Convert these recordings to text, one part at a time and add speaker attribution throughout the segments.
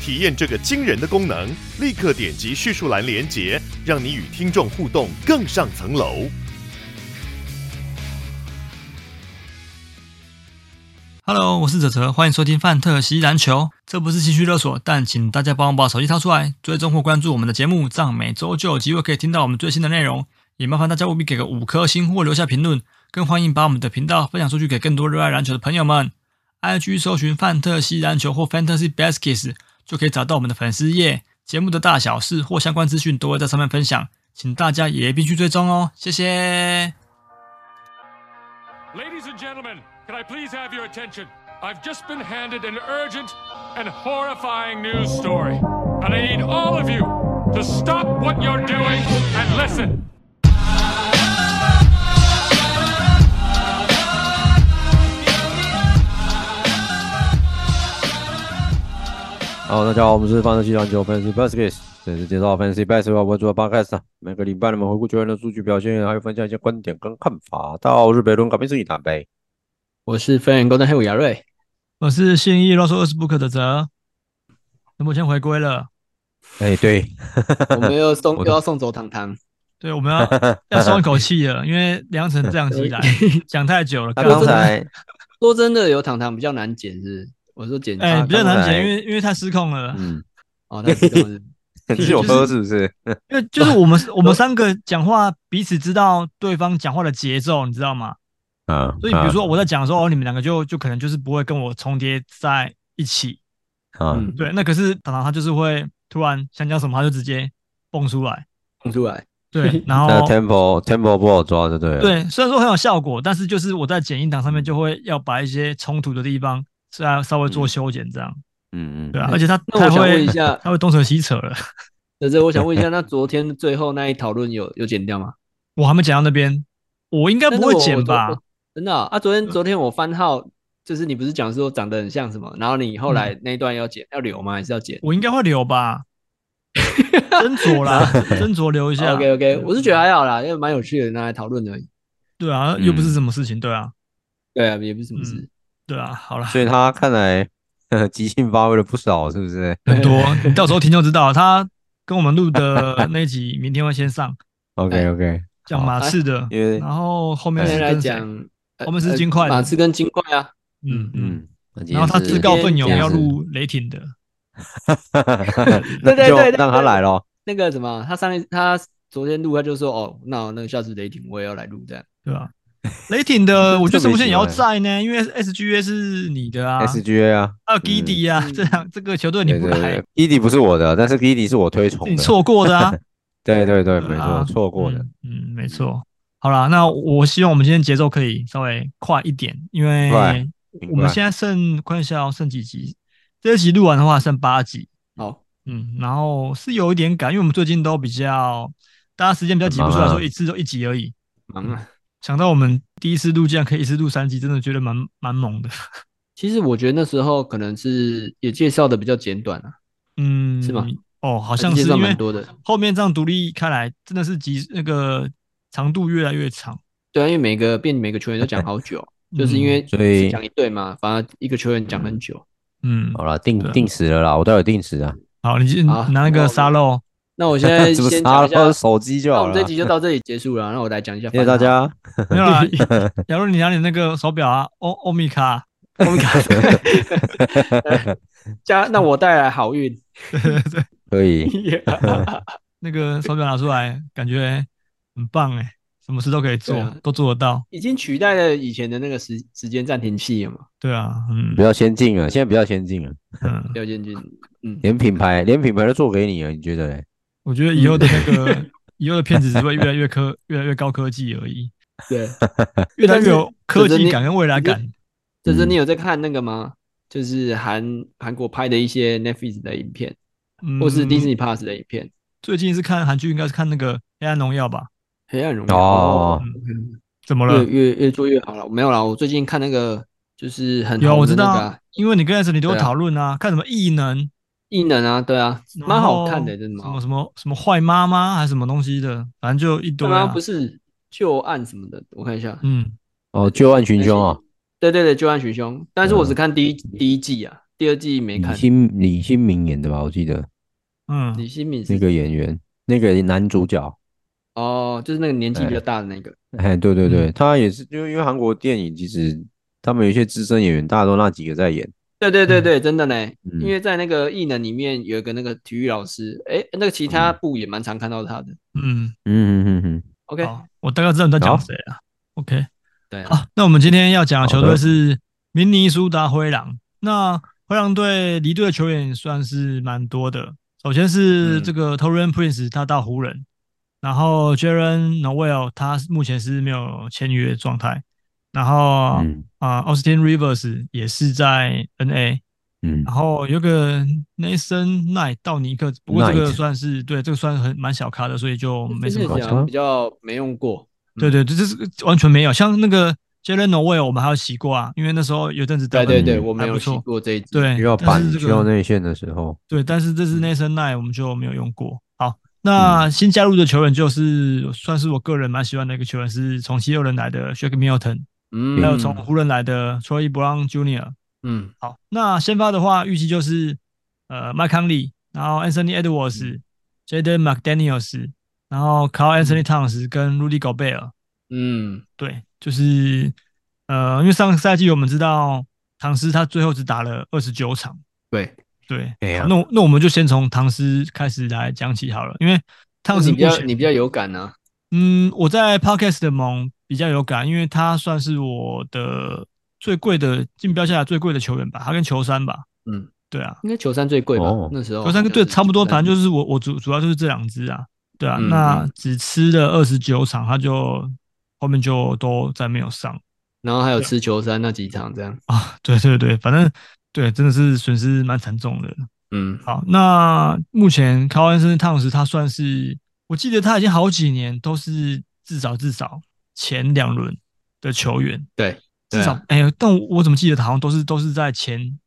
Speaker 1: 体验这个惊人的功能，立刻点击叙述栏连接，让你与听众互动更上层楼。
Speaker 2: Hello，我是哲哲，欢迎收听《范特西篮球》。这不是情绪勒索，但请大家帮我把手机掏出来，追踪或关注我们的节目，这样每周就有机会可以听到我们最新的内容。也麻烦大家务必给个五颗星或留下评论，更欢迎把我们的频道分享出去给更多热爱篮球的朋友们。IG 搜寻“范特西篮球”或 “Fantasy Baskets” 就可以找到我们的粉丝页，节目的大小事或相关资讯都会在上面分享，请大家也必须追踪哦，谢谢。
Speaker 3: Ladies and gentlemen, can I please have your attention? I've just been handed an urgent and horrifying news story. And I need all of you to stop what you're doing and listen.
Speaker 4: Hello，大家好，我们是范特西篮球 Fantasy Baskets，这里是介绍 Fantasy Basketball 关注的 Podcast 啊。每个礼拜我们回顾球员的数据表现，还有分享一些观点跟看法。大家好，我是北伦港宾斯基南北。
Speaker 5: 我是飞人高登黑五亚瑞，
Speaker 2: 我是信义 r o s 二十 book 的哲，那么先回归了。
Speaker 4: 哎，对，
Speaker 5: 我们又送
Speaker 4: 我
Speaker 5: 又
Speaker 4: 的
Speaker 5: 要送走糖糖，
Speaker 2: 对，我们 要要松一口气了，因为梁晨这两期来讲太久了。
Speaker 4: 他
Speaker 2: 干
Speaker 4: 刚才
Speaker 5: 说真的，有糖糖比较难剪是不是？我说剪
Speaker 2: 哎、
Speaker 5: 啊
Speaker 2: 比较
Speaker 4: 刚
Speaker 2: 难
Speaker 4: 才
Speaker 2: 剪，因为因为太失控了。
Speaker 4: 嗯，
Speaker 5: 哦，那是这样子
Speaker 4: 你是有喝是不是？
Speaker 2: 因为就是我 们我们三个讲话，彼此知道对方讲话的节奏，你知道吗？
Speaker 4: 啊，
Speaker 2: 所以比如说我在讲的时候，哦，你们两个就就可能就是不会跟我重叠在一起。
Speaker 4: 啊，
Speaker 5: 嗯，
Speaker 2: 对，那可是糖糖他就是会突然想讲什么，他就直接蹦出来。
Speaker 5: 弄出来，
Speaker 2: 对，然后
Speaker 4: 那 Temple Temple 不好抓，对不对？，
Speaker 2: 对，虽然说很有效果，但是就是我在剪音档上面就会要把一些冲突的地方再稍微做修剪，这样。
Speaker 4: 嗯嗯，
Speaker 2: 对啊，而且他
Speaker 5: 那
Speaker 2: 他
Speaker 5: 我想问
Speaker 2: 会
Speaker 5: 一下，
Speaker 2: 他会东扯西扯了。
Speaker 5: 哲哲，我想问一下，那昨天最后那一讨论有有剪掉吗？
Speaker 2: 我还没讲到那边，我应该不会剪吧
Speaker 5: 但是我？我真的啊，啊昨天昨天我翻号，就是你不是讲说长得很像什么，然后你
Speaker 2: 嗯
Speaker 5: 后来那一段要剪要留吗？还是要剪
Speaker 2: 我应该会留 吧，斟酌啦，斟酌留一下。
Speaker 5: ？OK OK，我是觉得还好啦，因为蛮有趣的，拿来讨论而已。
Speaker 2: 对啊，
Speaker 4: 嗯
Speaker 2: 又不是什么事情，对啊，
Speaker 5: 对啊，也不是什么
Speaker 2: 嗯
Speaker 5: 事。
Speaker 2: 对啊，好啦，
Speaker 4: 所以他看来 呵呵即兴发挥了不少，是不是？
Speaker 2: 很多，你到时候听就知道。他跟我们录的那一集，明天会先上，
Speaker 4: OK OK，
Speaker 2: 讲
Speaker 5: 啊
Speaker 2: 马刺的，
Speaker 4: 因为
Speaker 2: 然后后面
Speaker 4: 哎
Speaker 2: 是
Speaker 5: 先来
Speaker 2: 跟谁
Speaker 5: 讲，呃
Speaker 2: 我们是
Speaker 5: 呃
Speaker 2: 金块的
Speaker 5: 马刺跟金块啊，
Speaker 2: 嗯嗯，
Speaker 4: 嗯，那今天
Speaker 2: 然后他
Speaker 4: 是
Speaker 2: 自 告奋勇
Speaker 4: 今天
Speaker 2: 要
Speaker 4: 是
Speaker 2: 录雷霆的，
Speaker 4: 那
Speaker 5: 对对
Speaker 4: 就
Speaker 5: 对对
Speaker 4: 让他来咯。
Speaker 5: 那个什么，他上一他昨天录，他就说哦，那那个下次雷霆我也要来录这样。
Speaker 2: 对 吧？雷霆的，我觉得
Speaker 4: 特
Speaker 2: 神
Speaker 4: 别
Speaker 2: 无限也要
Speaker 5: 欸
Speaker 4: 喜
Speaker 2: 在呢，因为 SGA 是你的啊，
Speaker 4: SGA 啊，
Speaker 2: 还有 Giddy 啊，
Speaker 5: 嗯
Speaker 2: 这两这个球队你
Speaker 4: 对
Speaker 2: 不
Speaker 4: 对
Speaker 2: 来
Speaker 4: 对，，Giddy 不是我的，但是 Giddy 是我推崇
Speaker 2: 你
Speaker 4: 的，
Speaker 2: 错过 的啊，
Speaker 4: 对对对，
Speaker 2: 对
Speaker 4: 没
Speaker 2: 啊
Speaker 4: 错，错过的，
Speaker 2: 嗯，嗯，没错。好啦，那我希望我们今天节奏可以稍微快一点，因为
Speaker 4: 快明
Speaker 2: 我们
Speaker 4: 白
Speaker 2: 现在剩看一下哦剩几集，这一集录完的话剩八集，
Speaker 5: 好，
Speaker 2: 嗯，然后是有一点赶，因为我们最近都比较大家时间比较挤不出来，
Speaker 4: 很忙啊
Speaker 2: 说一次就一集而已。
Speaker 4: 嗯
Speaker 5: 忙啊。
Speaker 2: 想到我们第一次录竟然可以一次录三集，真的觉得蛮蛮猛的，
Speaker 5: 其实我觉得那时候可能是也介绍的比较简短啊，
Speaker 2: 嗯，
Speaker 5: 是吗？
Speaker 2: 哦，好
Speaker 5: 好
Speaker 2: 像
Speaker 5: 介
Speaker 2: 是
Speaker 5: 绍
Speaker 2: 因为
Speaker 5: 蛮多的。
Speaker 2: 后面这样独立开来，真的是集那个长度越来越长，
Speaker 5: 对啊，因为每个变每个球员都讲好久，啊就是因为
Speaker 4: 嗯所以
Speaker 5: 只讲一队嘛，反而一个球员讲很久。
Speaker 2: 嗯，嗯
Speaker 4: 好了，定
Speaker 2: 对啊
Speaker 4: 定时了啦，我都有定时啊，
Speaker 2: 好，你就
Speaker 5: 好
Speaker 2: 拿那
Speaker 5: 那
Speaker 2: 个
Speaker 5: 我
Speaker 2: 沙 漏。
Speaker 5: 那我现 在
Speaker 4: 怎么
Speaker 5: 先
Speaker 4: 查
Speaker 5: 讲一下
Speaker 4: 到，手机就
Speaker 5: 那
Speaker 4: 好
Speaker 5: 我们
Speaker 4: 了
Speaker 5: 这。集就到这里结束了。那我来讲一下，
Speaker 4: 谢谢大。家，
Speaker 2: 没有啦，假如你拿你那个手表啊，欧欧米卡，
Speaker 5: 我们看加，那我带来 好运。
Speaker 4: 可以，
Speaker 2: 那个手表拿出来，感觉很棒哎、什么事都可以做，
Speaker 5: 对啊
Speaker 2: 都做得到。
Speaker 5: 已经取代了以前的那个时时间暂停器了嘛？
Speaker 2: 对啊，嗯
Speaker 4: 比较先进了，现在比较先进了，
Speaker 2: 嗯，
Speaker 5: 廖建军，嗯，
Speaker 4: 连品牌连品牌都做给你了，你觉得嘞？
Speaker 2: 我觉得以后的那个 以后的片子只会越来越科，越来越高科技而已，
Speaker 5: 对。
Speaker 2: 越来
Speaker 5: 但
Speaker 2: 越
Speaker 5: 是
Speaker 2: 有科
Speaker 5: 可是
Speaker 2: 技
Speaker 5: 你
Speaker 2: 感跟未来
Speaker 5: 可是
Speaker 2: 感。
Speaker 5: 就是
Speaker 4: 嗯
Speaker 5: 你有在看那个吗？就是韩韩国拍的一些 Netflix 的影片，
Speaker 2: 嗯，
Speaker 5: 或是 Disney Plus 的影片《
Speaker 2: 最近是看韩剧，应该是看那个《黑暗荣耀》吧？
Speaker 5: 黑暗荣耀》
Speaker 4: 哦，
Speaker 2: 怎么
Speaker 5: 越
Speaker 2: 了？
Speaker 5: 越越做越好了。没有啦，我最近看那个就是很
Speaker 2: 有
Speaker 5: 红
Speaker 2: 我
Speaker 5: 的
Speaker 2: 知
Speaker 5: 那个
Speaker 2: 道
Speaker 5: 啊，
Speaker 2: 因为你跟 S 你都有
Speaker 5: 对啊
Speaker 2: 讨论啊，看什么异能，
Speaker 5: 异能啊，对啊，
Speaker 2: 然
Speaker 5: 蛮好
Speaker 2: 后
Speaker 5: 看的，真的
Speaker 2: 什
Speaker 5: 蛮好
Speaker 2: 么。什么什么坏妈妈还是什么东西的，反正就一堆
Speaker 5: 对啊，
Speaker 2: 啊。
Speaker 5: 不是旧案什么的，我看一下。
Speaker 2: 嗯，
Speaker 4: 哦，旧案群凶啊，
Speaker 5: 对对对，旧案寻凶，但是
Speaker 2: 嗯
Speaker 5: 我只看第一第一季啊，第二季没
Speaker 4: 李
Speaker 5: 看。
Speaker 4: 新李新民演的吧？我记得
Speaker 2: 嗯
Speaker 5: 李新敏是
Speaker 4: 那个演员，那个男主角，
Speaker 5: 哦，就是那个年纪比较大的那个。
Speaker 4: 哎，对对
Speaker 5: 嗯
Speaker 4: 对，他也是，就因为韩国电影其实他们有一些资深演员，大家都那几个在演，
Speaker 5: 对对对对，真的呢，
Speaker 4: 嗯
Speaker 5: 因为在那个异能里面有一个那个体育老师，哎，那个其他部也蛮常看到他的。
Speaker 2: 嗯，
Speaker 4: 嗯嗯嗯嗯，
Speaker 5: OK，
Speaker 2: 好，我大概知道你在讲
Speaker 4: 好
Speaker 2: 谁了。OK，
Speaker 5: 对啊，
Speaker 2: 好，那我们今天要讲的球
Speaker 4: 好
Speaker 2: 队
Speaker 4: 的
Speaker 2: 是明尼苏达灰狼。那灰狼队离队的球员算是蛮多的，首先是
Speaker 5: 嗯
Speaker 2: 这个 Torian Prince 他到湖人，然后 Jaren Noel 他目前是没有签约状态，然后
Speaker 4: 嗯
Speaker 2: 啊、Austin Rivers 也是在 NA，
Speaker 4: 嗯
Speaker 2: 然后有个 Nathan Knight 道尼克，不过这个
Speaker 4: Knight
Speaker 2: 算是对这个算很蛮小咖的，所以就没什
Speaker 5: 这
Speaker 2: 么
Speaker 5: 个
Speaker 2: 好
Speaker 4: 好
Speaker 5: 讲
Speaker 4: 看
Speaker 5: 比较没用过。
Speaker 2: 对对，这这是完全没有。像那个 Jalen Noel，我们还有洗过啊，因为那时候有阵子
Speaker 5: 对
Speaker 2: 打得
Speaker 5: 对对，
Speaker 4: 嗯
Speaker 5: 我没
Speaker 2: 还
Speaker 5: 有
Speaker 2: 不
Speaker 5: 洗
Speaker 2: 错
Speaker 5: 过这一集。
Speaker 2: 对
Speaker 4: 需要
Speaker 2: 但
Speaker 4: 板
Speaker 2: 是这
Speaker 4: 需
Speaker 2: 个
Speaker 4: 要内线的时候，
Speaker 2: 对，但是这
Speaker 5: 嗯
Speaker 2: 次 Nathan Knight 我们就没有用过。好，那新加入的球员就是算是我个人蛮喜欢的一个球员，是从七六人来的 Shake Milton，
Speaker 5: 嗯，
Speaker 2: 还有从湖人来的 Troy Brown Jr.
Speaker 5: 嗯
Speaker 2: 好，那先发的话，预期就是呃麦康利，然后 Anthony Edwards、Jaden
Speaker 5: 嗯
Speaker 2: McDaniels，然后 Carl Anthony Towns 跟 Rudy Gobert。
Speaker 5: 嗯
Speaker 2: 对，就是呃，因为上个赛季我们知道唐斯他最后只打了二十九场，
Speaker 5: 对，
Speaker 2: 对，啊
Speaker 4: 哎呀
Speaker 2: 好那我那我们就先从唐斯开始来讲起好了，因为唐斯
Speaker 5: 你
Speaker 2: 目
Speaker 5: 比较
Speaker 2: 前
Speaker 5: 你比较有感啊。
Speaker 2: 嗯，我在 Podcast 的盟比较有感，因为他算是我的最贵的竞标下来最贵的球员吧，他跟球衫吧，
Speaker 5: 嗯，
Speaker 2: 对啊，
Speaker 5: 应该球衫最贵吧？
Speaker 4: 哦
Speaker 5: 那时候
Speaker 2: 球衫跟对差不多，反正
Speaker 5: 就
Speaker 2: 就是我我主主要就是这两支啊，对啊，
Speaker 5: 嗯
Speaker 2: 那
Speaker 5: 嗯
Speaker 2: 只吃了二十九场，他就后面就都再没有上。
Speaker 5: 然后还有吃球衫那几场这样。
Speaker 2: 啊，对对对，反正对，真的是损失蛮惨重的。
Speaker 5: 嗯
Speaker 2: 好，那目前卡恩森汤斯他算是，我记得他已经好几年都是至少至少前两轮的球员，
Speaker 5: 对，啊
Speaker 2: 至少、哎呦，但我我怎么记得他好像都是都是在前，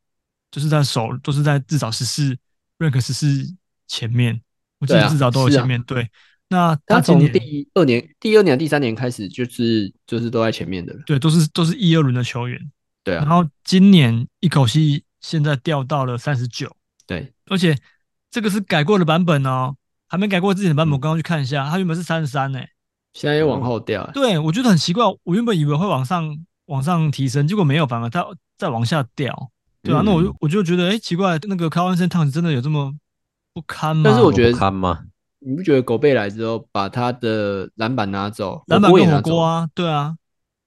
Speaker 2: 就是在首，都是在至少十四 rank 十四前面，我记
Speaker 5: 对
Speaker 2: 得
Speaker 5: 啊
Speaker 2: 至少都有
Speaker 5: 是啊
Speaker 2: 前面。对，那
Speaker 5: 他
Speaker 2: 今
Speaker 5: 从
Speaker 2: 年
Speaker 5: 第二年、第二年、第三年开始，就是就是都在前面的了。
Speaker 2: 对都是都是一二轮的球员，
Speaker 5: 对
Speaker 2: 然
Speaker 5: 啊，
Speaker 2: 后今年一口气现在掉到了三十九。
Speaker 5: 对，
Speaker 2: 而且这个是改过的版本哦，还没改过之前的
Speaker 5: 嗯
Speaker 2: 版本，我刚刚去看一下，它原本是三十三哎，
Speaker 5: 现在又往后掉了。
Speaker 2: 对我觉得很奇怪，我原本以为会往上往上提升，结果没有，反而它再往下掉，对啊，
Speaker 4: 嗯
Speaker 2: 那我就我就觉得，哎、奇怪，那个卡文森汤真的有这么不堪吗？
Speaker 5: 但是我觉得
Speaker 4: 不堪吗？
Speaker 5: 你不觉得狗贝来之后把他的篮板拿走，
Speaker 2: 篮板
Speaker 5: 火锅也
Speaker 2: 跟
Speaker 5: 拿
Speaker 2: 火
Speaker 5: 走
Speaker 2: 锅？啊，对啊，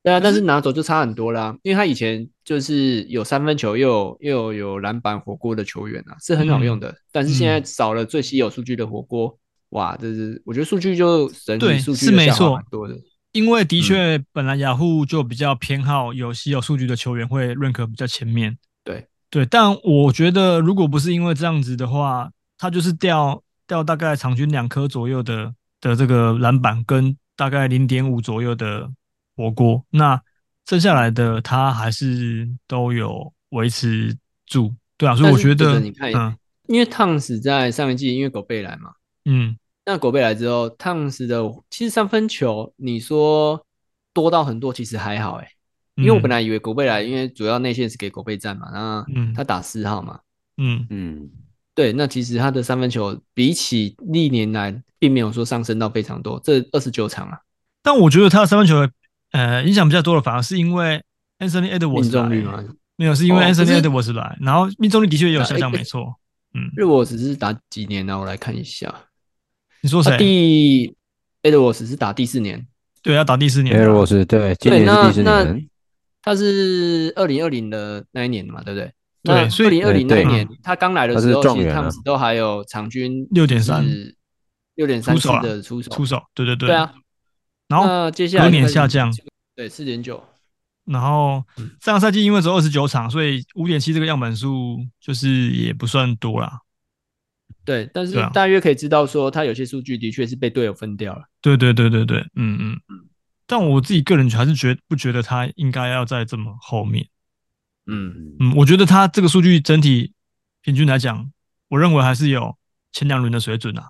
Speaker 5: 对啊，但是拿走就差很多啦，因为他以前就是有三分球，又有又有有篮板火锅的球员啊，是很好用的。
Speaker 2: 嗯
Speaker 5: 但是现在少了最稀有数据的火锅，哇，这是我觉得数据就整体
Speaker 2: 对
Speaker 5: 数据
Speaker 2: 是
Speaker 5: 就
Speaker 2: 没
Speaker 5: 下滑
Speaker 2: 错
Speaker 5: 蛮多的。
Speaker 2: 因为的确
Speaker 5: 嗯
Speaker 2: 本来雅虎就比较偏好有稀有数据的球员会认可比较前面，
Speaker 5: 对
Speaker 2: 对，但我觉得如果不是因为这样子的话，它就是掉掉大概场均两颗左右的的这个篮板跟大概零点五左右的火锅，那剩下来的它还是都有维持住，对啊，所以我觉
Speaker 5: 但
Speaker 2: 得
Speaker 5: 是这个你看
Speaker 2: 嗯
Speaker 5: 因为烫死在上一季，因为狗贝来嘛，
Speaker 2: 嗯
Speaker 5: 那狗贝来之后，烫死的其实三分球，你说多到很多，其实还好诶、欸因为我本来以为狗贝来，因为主要内线是给狗贝站嘛，那
Speaker 2: 嗯
Speaker 5: 他打四号嘛，
Speaker 2: 嗯
Speaker 4: 嗯，
Speaker 5: 对，那其实他的三分球比起历年来，并没有说上升到非常多，这二十九场啊，
Speaker 2: 但我觉得他的三分球呃影响比较多的，反而是因为 Anthony
Speaker 5: 命
Speaker 2: Edwards
Speaker 5: 中率
Speaker 2: 来
Speaker 5: 嘛，
Speaker 2: 没有，是因为
Speaker 5: 哦可
Speaker 2: Anthony
Speaker 5: 是
Speaker 2: Edwards 来，然后命中率的确也有下降，
Speaker 5: 啊哎
Speaker 2: 没错。嗯，
Speaker 5: 如果只是打几年啊呢？我来看一下，
Speaker 2: 你说
Speaker 5: 他
Speaker 2: 谁？
Speaker 5: 啊第 Edwards 是打第四年，
Speaker 2: 对，要打第四年
Speaker 4: 艾
Speaker 2: 的啊。
Speaker 4: 罗斯对，今
Speaker 5: 对，
Speaker 4: 年是
Speaker 5: 那
Speaker 4: 第四
Speaker 5: 那
Speaker 4: 年，
Speaker 5: 他是二零二零的那一年的嘛，对不对？
Speaker 2: 对所
Speaker 5: 二
Speaker 2: 以嗯
Speaker 5: 零二零那
Speaker 4: 哎对
Speaker 5: 一年他刚来的
Speaker 4: 他
Speaker 5: 时
Speaker 4: 是
Speaker 5: 候，
Speaker 4: 状
Speaker 5: 其实
Speaker 4: 元啊
Speaker 5: 他们都还有场均
Speaker 2: 6.3
Speaker 5: 六点三
Speaker 2: 出手啊
Speaker 5: 的出手，
Speaker 2: 出手，对对对。
Speaker 5: 嗯对啊。
Speaker 2: 然后
Speaker 5: 那接下来
Speaker 2: 隔年
Speaker 5: 就开始
Speaker 2: 下降，
Speaker 5: 对，四点九，
Speaker 2: 然后上个赛季因为只有二十九场，所以五点七这个样本数就是也不算多啦。
Speaker 5: 对，但是
Speaker 2: 对啊
Speaker 5: 大约可以知道说，他有些数据的确是被队友分掉了。
Speaker 2: 对对对对对，嗯嗯嗯。但我自己个人还是觉不觉得他应该要在这么后面。
Speaker 5: 嗯，
Speaker 2: 嗯，我觉得他这个数据整体平均来讲，我认为还是有前两轮的水准啊。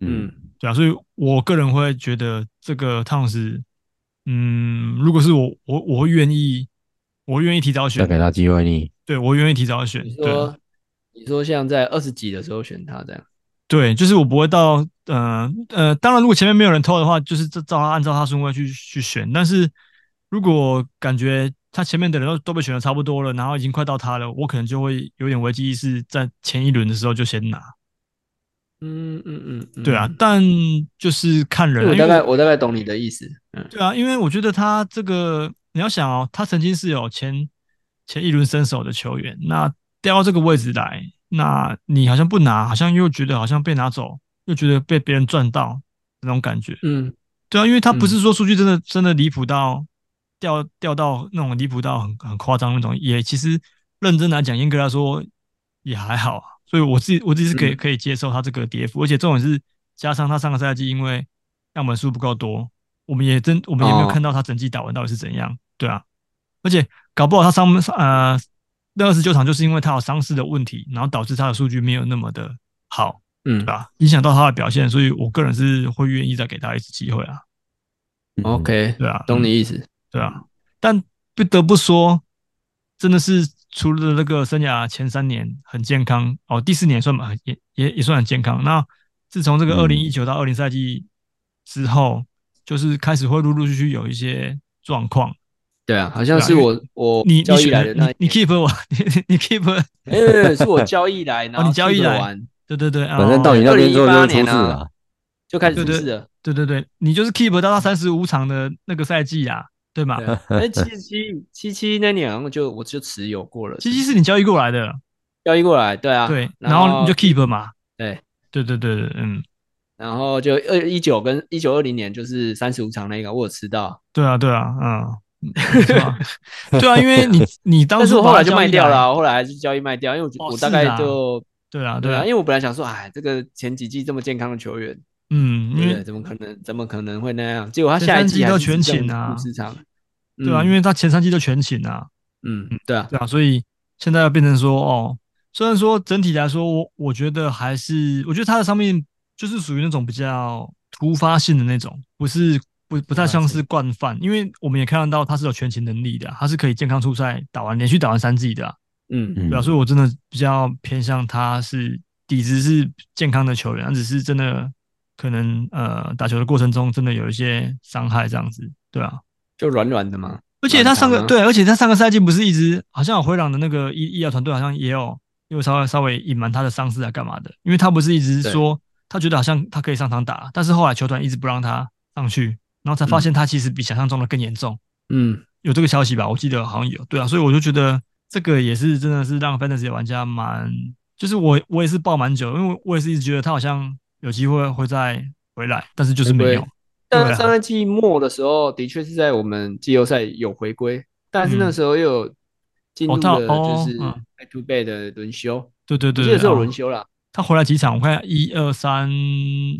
Speaker 5: 嗯，
Speaker 2: 对啊，所以我个人会觉得这个烫是，嗯，如果是我，我我会愿意，我会愿意提早
Speaker 4: 再
Speaker 2: 选，
Speaker 4: 给他机会你，
Speaker 2: 对我愿意提早选，
Speaker 5: 你
Speaker 2: 对啊
Speaker 5: 说你说像在二十几的时候选他这样，
Speaker 2: 对，就是我不会到，呃呃，当然如果前面没有人偷的话，就是照照他按照他顺位去去选，但是如果感觉他前面的人都都被选的差不多了，然后已经快到他了，我可能就会有点危机意识，在前一轮的时候就先拿，
Speaker 5: 嗯嗯嗯嗯，
Speaker 2: 对啊，但就是看人啊，
Speaker 5: 我
Speaker 2: 因为
Speaker 5: 大概我大概懂你的意思。嗯
Speaker 2: 对啊，因为我觉得他这个，你要想哦，他曾经是有前前一轮身手的球员，那调到这个位置来，那你好像不拿，好像又觉得好像被拿走，又觉得被别人赚到那种感觉。
Speaker 5: 嗯
Speaker 2: 对啊，因为他不
Speaker 5: 嗯
Speaker 2: 是说数据真的、真的离谱到掉掉到那种离谱到很很夸张那种，也其实认真来讲，严格来说也还好啊。所以我自己我自己是可以
Speaker 5: 嗯
Speaker 2: 可以接受他这个跌幅，而且重点是加上他上个赛季因为样本数不够多，我们也真我们也没有
Speaker 5: 哦
Speaker 2: 看到他整季打完到底是怎样，对啊。而且搞不好他伤呃那二十九场就是因为他有伤势的问题，然后导致他的数据没有那么的好，
Speaker 5: 嗯
Speaker 2: 对吧、影响到他的表现，所以我个人是会愿意再给他一次机会啊。
Speaker 4: 嗯
Speaker 5: ，OK，
Speaker 2: 对啊，
Speaker 5: 懂你意思。
Speaker 2: 对啊，但不得不说，真的是除了那个生涯前三年很健康哦，第四年也算蛮也也也算很健康。那自从这个二
Speaker 4: 嗯
Speaker 2: 零一九到二零赛季之后，就是开始会陆陆续续有一些状况。
Speaker 5: 对啊，好像
Speaker 2: 对啊
Speaker 5: 是
Speaker 2: 因为
Speaker 5: 我我
Speaker 2: 你你
Speaker 5: 交易
Speaker 2: 选
Speaker 5: 来
Speaker 2: 了
Speaker 5: 的那一
Speaker 2: 你你
Speaker 5: 年，
Speaker 2: keep 我，你你 keep，
Speaker 5: 没有没有没有是我交 易来，然后
Speaker 2: 你交易
Speaker 5: keep
Speaker 2: 来
Speaker 5: 完
Speaker 2: 对对对，啊
Speaker 4: 反正到你那边之后就会出事
Speaker 5: 2018年
Speaker 4: 了
Speaker 5: 啊。就开始
Speaker 2: 对
Speaker 5: 出
Speaker 2: 对
Speaker 5: 事 了。
Speaker 2: 对对对，你就是 keep 到他三十五场的那个赛季啊，对吗
Speaker 5: 对？啊，那七七七七那年好像就我就持有过了，
Speaker 2: 其实是你交易过来的，
Speaker 5: 交易过来，对啊，
Speaker 2: 对，
Speaker 5: 然
Speaker 2: 然后你就 keep 嘛，
Speaker 5: 对，
Speaker 2: 对对对对，嗯，
Speaker 5: 然后就二一九跟一九二零年就是三十五场那个我有吃到，
Speaker 2: 对啊，对啊，嗯， 没错啊对啊，因为你你当
Speaker 5: 但是
Speaker 2: 初
Speaker 5: 我后
Speaker 2: 把它
Speaker 5: 来就
Speaker 2: 交易
Speaker 5: 卖掉
Speaker 2: 来
Speaker 5: 了啊，，我后来还是交易卖掉，因为我觉
Speaker 2: 哦
Speaker 5: 我
Speaker 2: 是
Speaker 5: 大概
Speaker 2: 啊
Speaker 5: 就
Speaker 2: 对啊，
Speaker 5: 对
Speaker 2: 啊
Speaker 5: 啊，因，为我本来想说，哎，这个前几季这么健康的球员，
Speaker 2: 嗯，因
Speaker 5: 对不对？
Speaker 2: 为
Speaker 5: 怎么可能？怎么可能会那样？结果他
Speaker 2: 前
Speaker 5: 下一
Speaker 2: 三
Speaker 5: 季
Speaker 2: 季
Speaker 5: 还
Speaker 2: 都
Speaker 5: 是
Speaker 2: 全
Speaker 5: 这样
Speaker 2: 勤啊
Speaker 5: 主市场，
Speaker 2: 对啊，
Speaker 5: 嗯
Speaker 2: 因为他前三季都全勤啊，
Speaker 5: 嗯，对啊，
Speaker 2: 对啊，所以现在要变成说，哦，虽然说整体来说，我我觉得还是，我觉得他的上面就是属于那种比较突发性的那种，不是不不太像是惯犯，因为我们也看得到他是有全勤能力的啊、他是可以健康出赛打完连续打完三季的啊、
Speaker 5: 嗯
Speaker 4: 嗯
Speaker 2: 对啊，所以我真的比较偏向他是底子是健康的球员，他只是真的可能呃打球的过程中真的有一些伤害这样子，对啊。
Speaker 5: 就软软的嘛，
Speaker 2: 而且他上个
Speaker 5: 蛮长啊
Speaker 2: 对，而且他上个赛季不是一直好像有灰狼的那个医医疗团队好像也有又稍微稍微隐瞒他的伤势啊干嘛的，因为他不是一直
Speaker 5: 对
Speaker 2: 说他觉得好像他可以上场打，但是后来球团一直不让他上去，然后才发现他其实比想象中的更严重。
Speaker 5: 嗯
Speaker 2: 有这个消息吧？我记得好像有，对啊，所以我就觉得这个也是真的是让 fantasy 的玩家蛮，就是我我也是抱蛮久，因为我我也是一直觉得他好像有机会会再回来，但是就是没有
Speaker 5: 回。但
Speaker 2: 对啊
Speaker 5: 上赛季末的时候，的确是在我们季后赛有回归，但是那
Speaker 2: 嗯
Speaker 5: 时候又有进入
Speaker 2: 哦到
Speaker 5: 了
Speaker 2: 哦
Speaker 5: 就是
Speaker 2: 嗯
Speaker 5: back to back 的轮休，
Speaker 2: 对对
Speaker 5: 我
Speaker 2: 对
Speaker 5: 记得是
Speaker 2: 对，
Speaker 5: 有
Speaker 2: 哦
Speaker 5: 轮休啦，
Speaker 2: 他回来几场？我看一二三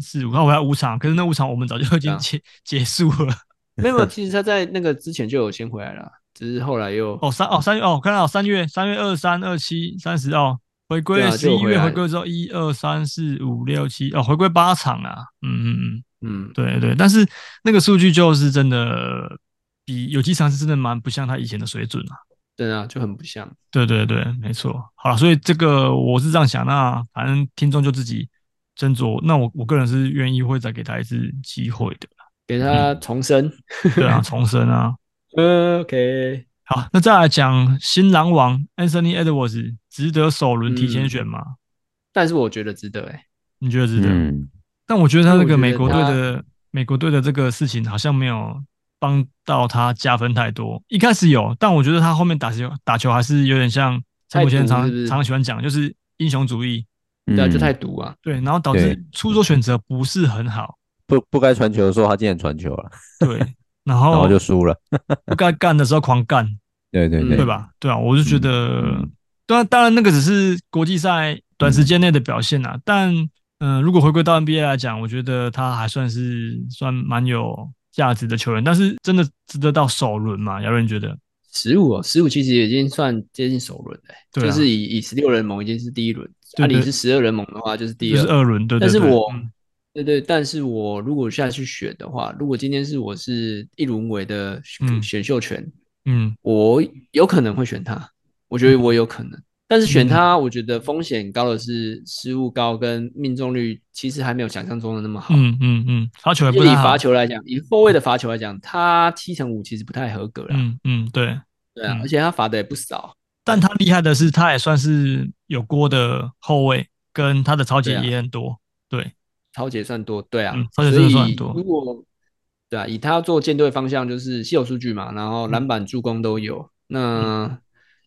Speaker 2: 四五，他回来五场，可是那五场我们早就已
Speaker 5: 对
Speaker 2: 经
Speaker 5: 啊
Speaker 2: 结结束了。
Speaker 5: 没有没有，其实他在那个之前就有先回来了，啊只是后来又
Speaker 2: 哦，三哦三月哦，我看到三月三月二三二七三十哦，回
Speaker 5: 对
Speaker 2: 归
Speaker 5: 啊
Speaker 2: 十
Speaker 5: 就
Speaker 2: 一
Speaker 5: 回
Speaker 2: 月
Speaker 5: 来
Speaker 2: 回归之后一二三四五六七哦，回归八场啊，嗯嗯嗯。
Speaker 5: 嗯
Speaker 2: 对对，但是那个数据就是真的比有机场是真的蛮不像他以前的水准啊。
Speaker 5: 对啊就很不像，
Speaker 2: 对对对，没错。好了，所以这个我是这样想，那反正听众就自己斟酌。那我我个人是愿意会再给他一次机会的，
Speaker 5: 给他
Speaker 2: 嗯
Speaker 5: 重生。
Speaker 2: 对啊，重生啊。
Speaker 5: 呃 OK，
Speaker 2: 好，那再来讲新狼王 Anthony Edwards 值得首轮提前选吗？
Speaker 5: 但是我觉得值得哎、
Speaker 2: 你觉得值得？
Speaker 4: 嗯，
Speaker 2: 但我觉得他那
Speaker 5: 因为
Speaker 2: 个
Speaker 5: 我觉得
Speaker 2: 美国队
Speaker 5: 他
Speaker 2: 的美国队的这个事情好像没有帮到他加分太多。一开始有，但我觉得他后面打球打球还是有点像陈柏先生
Speaker 5: 太
Speaker 2: 常
Speaker 5: 毒是不是
Speaker 2: 常喜欢讲，就是英雄主义。
Speaker 5: 对啊，
Speaker 4: 嗯
Speaker 5: 就太毒啊，
Speaker 2: 对，然后导致
Speaker 4: 对
Speaker 2: 出手选择不是很好。
Speaker 4: 不不该传球的时候，他竟然传球了，
Speaker 2: 对，然
Speaker 5: 哦
Speaker 4: 然后
Speaker 2: 后
Speaker 4: 就输了。
Speaker 2: 不该干的时候狂干，
Speaker 4: 对对
Speaker 5: 嗯
Speaker 4: 对，
Speaker 2: 对吧？对啊，我就觉得
Speaker 4: 嗯
Speaker 2: 当然，当然那个只是国际赛短时间内的表现啊。但嗯、呃如果回归到 NBA 来讲，我觉得他还算是算蛮有价值的球员，但是真的值得到首轮吗？姚伦觉得，
Speaker 5: 十五哦，十五其实已经算接近首轮了、欸
Speaker 2: 对啊
Speaker 5: 就是以以十六人盟已经是第一轮，
Speaker 2: 对
Speaker 5: 那、
Speaker 2: 对
Speaker 5: 你是十二人盟的话就是第
Speaker 2: 就
Speaker 5: 二，
Speaker 2: 是二轮，对对
Speaker 5: 但
Speaker 2: 对。
Speaker 5: 是我
Speaker 2: 嗯，
Speaker 5: 对对，但是我如果下去选的话，如果今天是我是一轮尾的
Speaker 2: 嗯
Speaker 5: 选选秀权，
Speaker 2: 嗯
Speaker 5: 我有可能会选他，我觉得我有可能。但是
Speaker 2: 嗯
Speaker 5: 选他，我觉得风险高的是失误高跟命中率，其实还没有想象中的那么好。
Speaker 2: 嗯嗯嗯，罚球也
Speaker 5: 就
Speaker 2: 不
Speaker 5: 以
Speaker 2: 太好
Speaker 5: 罚。球啊来讲，以后卫的罚球来讲，他七成五其实不太合格啦。
Speaker 2: 嗯嗯，对。
Speaker 5: 对啊
Speaker 2: 嗯，
Speaker 5: 而且他罚的也不少。
Speaker 2: 但他厉害的是，他也算是有锅的后卫，跟他的超级
Speaker 5: 对啊
Speaker 2: 也很多。对，
Speaker 5: 超级算多，对啊，
Speaker 2: 嗯超
Speaker 5: 所
Speaker 2: 级
Speaker 5: 以
Speaker 2: 真的算很多
Speaker 5: 如果对啊，以他做舰队方向就是稀有数据嘛，然后篮板、助攻都有，那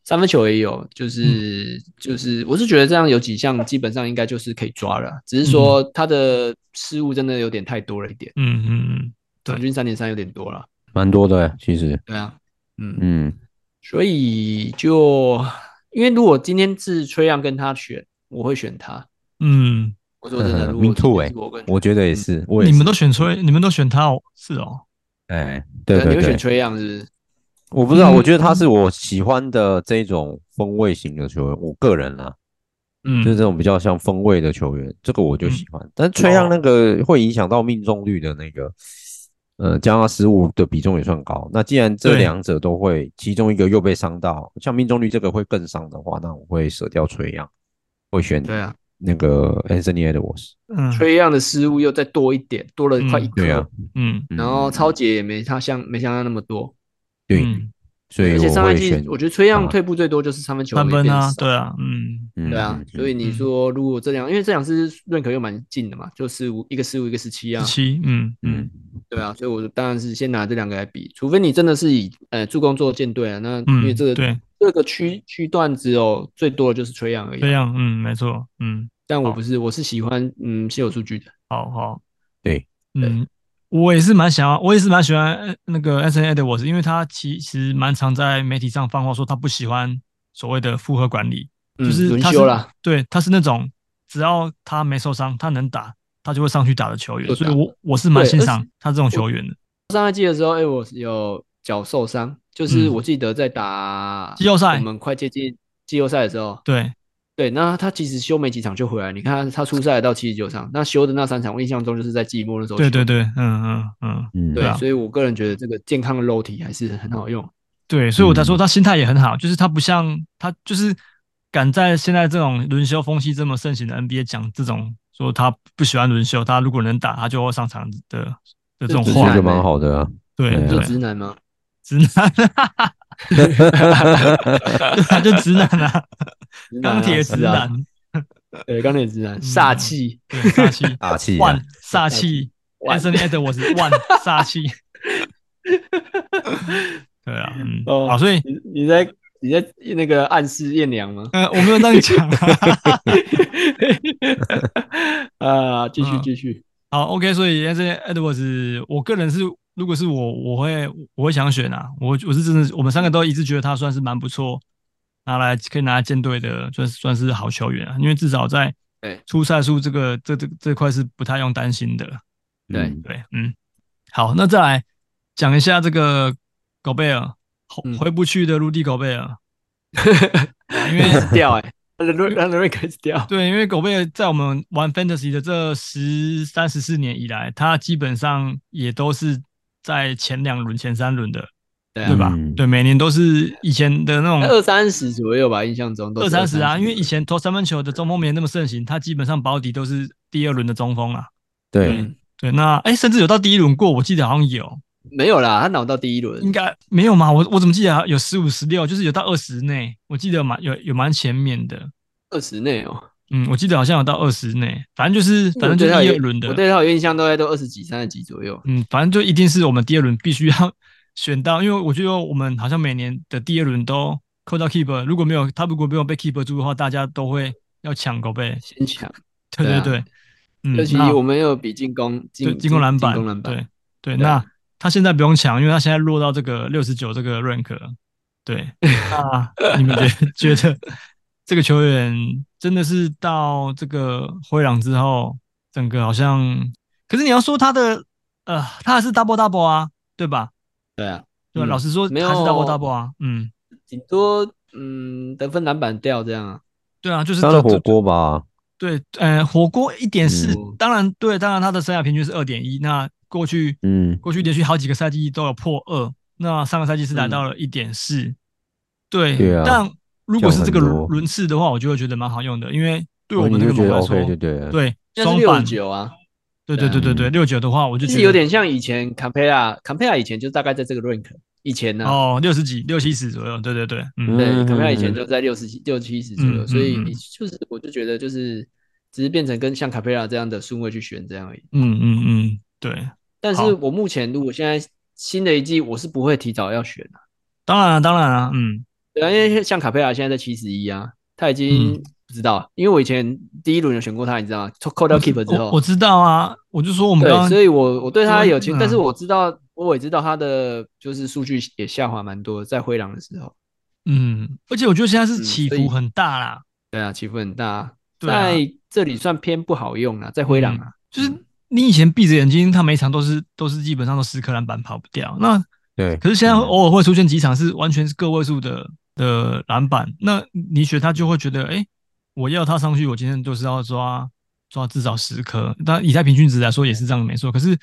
Speaker 5: 三分球也有，就是、就是我是觉得这样有几项基本上应该就是可以抓了，只是说他的失误真的有点太多了一点，
Speaker 2: 嗯嗯嗯，对
Speaker 5: 场均三点三有点多了。
Speaker 4: 蛮多的欸，其实，
Speaker 5: 对啊，嗯，
Speaker 4: 嗯，
Speaker 5: 所以就因为如果今天是崔样跟他选，我会选他。
Speaker 2: 嗯，
Speaker 5: 我说真
Speaker 4: 嗯
Speaker 5: 的，如
Speaker 4: ，me
Speaker 5: 果今
Speaker 4: too
Speaker 5: 天
Speaker 4: 欸
Speaker 5: 是我跟
Speaker 4: 我觉得也
Speaker 5: 嗯
Speaker 4: 是，我也
Speaker 2: 你
Speaker 4: 是
Speaker 2: 们都选吹，你们都选他哦，是哦，
Speaker 4: 哎，对对
Speaker 5: 你会
Speaker 4: 对
Speaker 5: 选，崔样是不是？
Speaker 4: 我不知道，
Speaker 2: 嗯
Speaker 4: 我觉得他是我喜欢的这种风味型的球员，我个人啊，
Speaker 2: 嗯，
Speaker 4: 就是这种比较像风味的球员，这个我就
Speaker 5: 嗯
Speaker 4: 喜欢。但
Speaker 5: 哦
Speaker 4: 是崔让那个会影响到命中率的那个，呃，加上失误的比重也算高。那既然这
Speaker 2: 对
Speaker 4: 两者都会，其中一个又被伤到，像命中率这个会更伤的话，那我会舍掉崔让，会选
Speaker 5: 对啊，
Speaker 4: 那个 Anthony Edwards。
Speaker 2: 嗯
Speaker 5: 崔样的失误又再多一点，多了快一
Speaker 2: 嗯
Speaker 5: 颗。
Speaker 4: 对啊
Speaker 2: 嗯
Speaker 4: 嗯
Speaker 5: 然后超姐也没他像没像他那么多，
Speaker 4: 对，
Speaker 2: 嗯
Speaker 4: 所以
Speaker 5: 而且
Speaker 4: 我
Speaker 5: 上赛
Speaker 4: 会
Speaker 5: 季
Speaker 4: 选
Speaker 5: 我觉得崔样
Speaker 4: 啊
Speaker 5: 退步最多就是三分球
Speaker 2: 三
Speaker 5: 也
Speaker 2: 分
Speaker 5: 变
Speaker 2: 啊，
Speaker 5: 少
Speaker 2: 对啊，嗯
Speaker 4: 嗯
Speaker 5: 对啊
Speaker 4: 嗯，
Speaker 5: 所以你
Speaker 2: 嗯
Speaker 5: 说如果这两，因为这两是认可又蛮近的嘛，就十五一个十五一个十七啊
Speaker 2: 十，七，嗯嗯
Speaker 4: 嗯
Speaker 5: 对啊，所以我当然是先拿这两个来比，除非你真的是以呃助攻做舰队啊，那因为
Speaker 2: 嗯，
Speaker 5: 这个
Speaker 2: 对，
Speaker 5: 这个区区段只有最多的就是崔样而
Speaker 2: 这
Speaker 5: 已，啊
Speaker 2: 样，嗯，没错，嗯，
Speaker 5: 但我
Speaker 2: 好
Speaker 5: 不是，我是喜欢嗯稀有数据的，
Speaker 2: 好好，
Speaker 4: 对，
Speaker 2: 嗯，我也是蛮想要，我也是蛮喜欢呃那个 S N A 的我是，因为他其实蛮常在媒体上放话说他不喜欢所谓的复合管理，
Speaker 5: 嗯
Speaker 2: 就是
Speaker 5: 轮
Speaker 2: 他是
Speaker 5: 休啦，
Speaker 2: 对，他是那种只要他没受伤，他能打，他就会上去打的球员，
Speaker 5: 就
Speaker 2: 所以
Speaker 5: 打
Speaker 2: 我我是蛮
Speaker 5: 对
Speaker 2: 欣
Speaker 5: 而
Speaker 2: 赏
Speaker 5: 且
Speaker 2: 他这种球员的，
Speaker 5: 上赛季的时候，哎、我有脚受伤，就是
Speaker 2: 嗯
Speaker 5: 我记得在打
Speaker 2: 季后赛
Speaker 5: 我们快接近季后赛的时候，
Speaker 2: 对，
Speaker 5: 对，那他其实休没几场就回来。你看他他出赛到七十九场，那休的那三场，我印象中就是在季末的时候休。
Speaker 2: 对对对，嗯嗯嗯。
Speaker 4: 嗯
Speaker 5: 对
Speaker 2: 对啊
Speaker 5: 所以我个人觉得这个健康的肉体还是很好用。
Speaker 2: 对，所以我才说
Speaker 4: 嗯
Speaker 2: 他心态也很好，就是他不像他就是敢在现在这种轮休风气这么盛行的 NBA 讲这种说他不喜欢轮休，他如果能打他就会上场的的这种
Speaker 4: 这
Speaker 5: 就
Speaker 4: 是一
Speaker 2: 话
Speaker 4: 个，蛮好的啊。
Speaker 2: 对
Speaker 4: 对
Speaker 5: 你
Speaker 4: 啊
Speaker 5: 说
Speaker 2: 对，
Speaker 5: 直男吗？
Speaker 2: 直男，对啊，就直男啊，
Speaker 5: 直男啊
Speaker 2: 钢铁直
Speaker 5: 是啊
Speaker 2: 男，嗯
Speaker 5: 对，钢铁直男，煞气。
Speaker 2: 对，煞气，
Speaker 4: 大气啊
Speaker 2: 万 煞气
Speaker 5: 万
Speaker 2: ，Anthony Edwards 万煞气，对啊，嗯，
Speaker 5: 哦
Speaker 2: 好，所以？
Speaker 5: 你你在你在那个暗示艳娘吗
Speaker 2: 呃，我没有这样讲啊。
Speaker 5: 啊，继续
Speaker 2: 嗯
Speaker 5: 继续。
Speaker 2: 好，OK，所以 S Edwards，我个人是，如果是我，我会我会想选啊，我我是真的，我们三个都一致觉得他算是蛮不错，拿来可以拿来舰队的，算是算是好球员啊，因为至少在
Speaker 5: 对
Speaker 2: 出赛数这个这这这块是不太用担心的。
Speaker 5: 对
Speaker 4: 嗯
Speaker 2: 对，嗯，好，那再来讲一下这个狗贝尔回
Speaker 5: 嗯
Speaker 2: 回不去的陆地狗贝 尔，因为
Speaker 5: 掉哎，让瑞让瑞开始掉。
Speaker 2: 对，因为狗贝尔在我们玩 Fantasy 的这十三十四年以来，他基本上也都是在前两轮、前三轮的，
Speaker 5: 对
Speaker 2: 对
Speaker 5: 啊，
Speaker 2: 吧？
Speaker 4: 嗯
Speaker 2: 对，每年都是以前的那种
Speaker 5: 二三十左右吧，印象中都
Speaker 2: 嗯二
Speaker 5: 是
Speaker 2: 三十啊，
Speaker 5: 20
Speaker 2: 因为以前投三分球的中锋没那么盛行，他基本上保底都是第二轮的中锋啊。
Speaker 4: 对，
Speaker 5: 嗯
Speaker 2: 对，那哎，甚至有到第一轮过，我记得好像有，
Speaker 5: 没有啦，他脑到第一轮
Speaker 2: 应。该没有嘛？我我怎么记得啊有十五、十六，就是有到二十内，我记得蛮有有蛮前面的。
Speaker 5: 二十内哦，
Speaker 2: 嗯，我记得好像有到二十内，反正就是反正就是第
Speaker 5: 我对他
Speaker 2: 二
Speaker 5: 有
Speaker 2: 轮的。
Speaker 5: 我对他有印象都在都二十几、三十几左右。
Speaker 2: 嗯，反正就一定是我们第二轮必须要 选到，因为我觉得我们好像每年的第二轮都扣到 keeper，如果没有他，如果没有被 keeper 住的话，大家都会要抢狗贝。
Speaker 5: 先抢，
Speaker 2: 对
Speaker 5: 对
Speaker 2: 对
Speaker 5: 啊
Speaker 2: 对，嗯，
Speaker 5: 尤其
Speaker 2: 那
Speaker 5: 我们有比进攻
Speaker 2: 对
Speaker 5: 进
Speaker 2: 进攻篮板，
Speaker 5: 进攻篮板，
Speaker 2: 对对，
Speaker 5: 对啊
Speaker 2: 那他现在不用抢，因为他现在落 到这个六十九这个 rank，了对，那你们觉觉得这个球员真的是到这个灰狼之后，整个好像，可是你要说他的呃，他还是 double double 啊，对吧？
Speaker 5: 对啊，
Speaker 2: 对吧？
Speaker 5: 嗯
Speaker 2: 老实说，
Speaker 5: 没有
Speaker 2: 还是 double double 啊，嗯，
Speaker 5: 顶多嗯得分篮板掉这样啊。
Speaker 2: 对啊，就是
Speaker 4: 当然
Speaker 2: 这
Speaker 4: 火锅吧，
Speaker 2: 对，呃，火锅一点四
Speaker 5: 嗯，
Speaker 2: 当然对，当然他的生涯平均是二点一，那过去
Speaker 4: 嗯，
Speaker 2: 过去连续好几个赛季都有破二，那上个赛季是来
Speaker 5: 嗯
Speaker 2: 到了一点四，对，
Speaker 4: 对啊
Speaker 2: 但如果是这个
Speaker 4: 降很多哦
Speaker 2: 轮次的话，我就会觉得蛮好用的，因为对我们
Speaker 4: 你
Speaker 2: 这
Speaker 4: 就
Speaker 2: 个
Speaker 4: 觉
Speaker 2: 盟
Speaker 4: 得
Speaker 2: 来说，
Speaker 4: OK 就嗯对了，
Speaker 2: 对，
Speaker 5: 现在
Speaker 2: 双
Speaker 5: 是六
Speaker 2: 板，
Speaker 5: 九啊，
Speaker 2: 对对对对对，六九的话，我就
Speaker 5: 就
Speaker 2: 觉
Speaker 5: 是
Speaker 2: 得
Speaker 5: 有点像以前 Campera，Campera 以前就大概在这个 rank，以前呢、
Speaker 2: 哦，六十几、六七十左右，对对对，嗯，
Speaker 5: 对
Speaker 4: 嗯
Speaker 5: ，Campera 以前
Speaker 4: 嗯
Speaker 5: 就在六十六七十左右，
Speaker 2: 嗯
Speaker 5: 所以
Speaker 2: 嗯嗯
Speaker 5: 你就是我就觉得就是只是变成跟像 Campera 这样的顺位去选这样而已。
Speaker 2: 嗯嗯嗯，对，
Speaker 5: 但是
Speaker 2: 好
Speaker 5: 我目前如果现在新的一季，我是不会提早要选的、
Speaker 2: 当然了，当然了，嗯，
Speaker 5: 对啊，因为像卡佩拉现在在七十一啊，他已经
Speaker 2: 嗯
Speaker 5: 不知道了，因为我以前第一轮有选过他，你知道吗？扣扣掉 keeper 之
Speaker 2: 我
Speaker 5: 后
Speaker 2: 我，知道啊，我就说我们刚
Speaker 5: 对，
Speaker 2: 刚
Speaker 5: 所以我我对他有情
Speaker 2: 嗯，
Speaker 5: 但是我知道我也知道他的就是数据也下滑蛮多，在灰狼的时候，
Speaker 2: 嗯，而且我觉得现在是
Speaker 5: 嗯
Speaker 2: 起
Speaker 5: 所以
Speaker 2: 伏很大啦，
Speaker 5: 对啊，起伏很大，
Speaker 2: 对啊嗯
Speaker 5: 在这里算偏不好用啊，在灰狼啊，
Speaker 2: 就是你以前闭着眼睛，他每一场都是都是基本上都十颗篮板跑不掉，那
Speaker 4: 对，
Speaker 2: 可是现在
Speaker 4: 嗯
Speaker 2: 偶尔会出现几场是完全是个位数的的篮板，那你选他就会觉得，哎、我要他上去，我今天就是要抓抓至少十颗。但以他平均值来说也是这样的没错，可是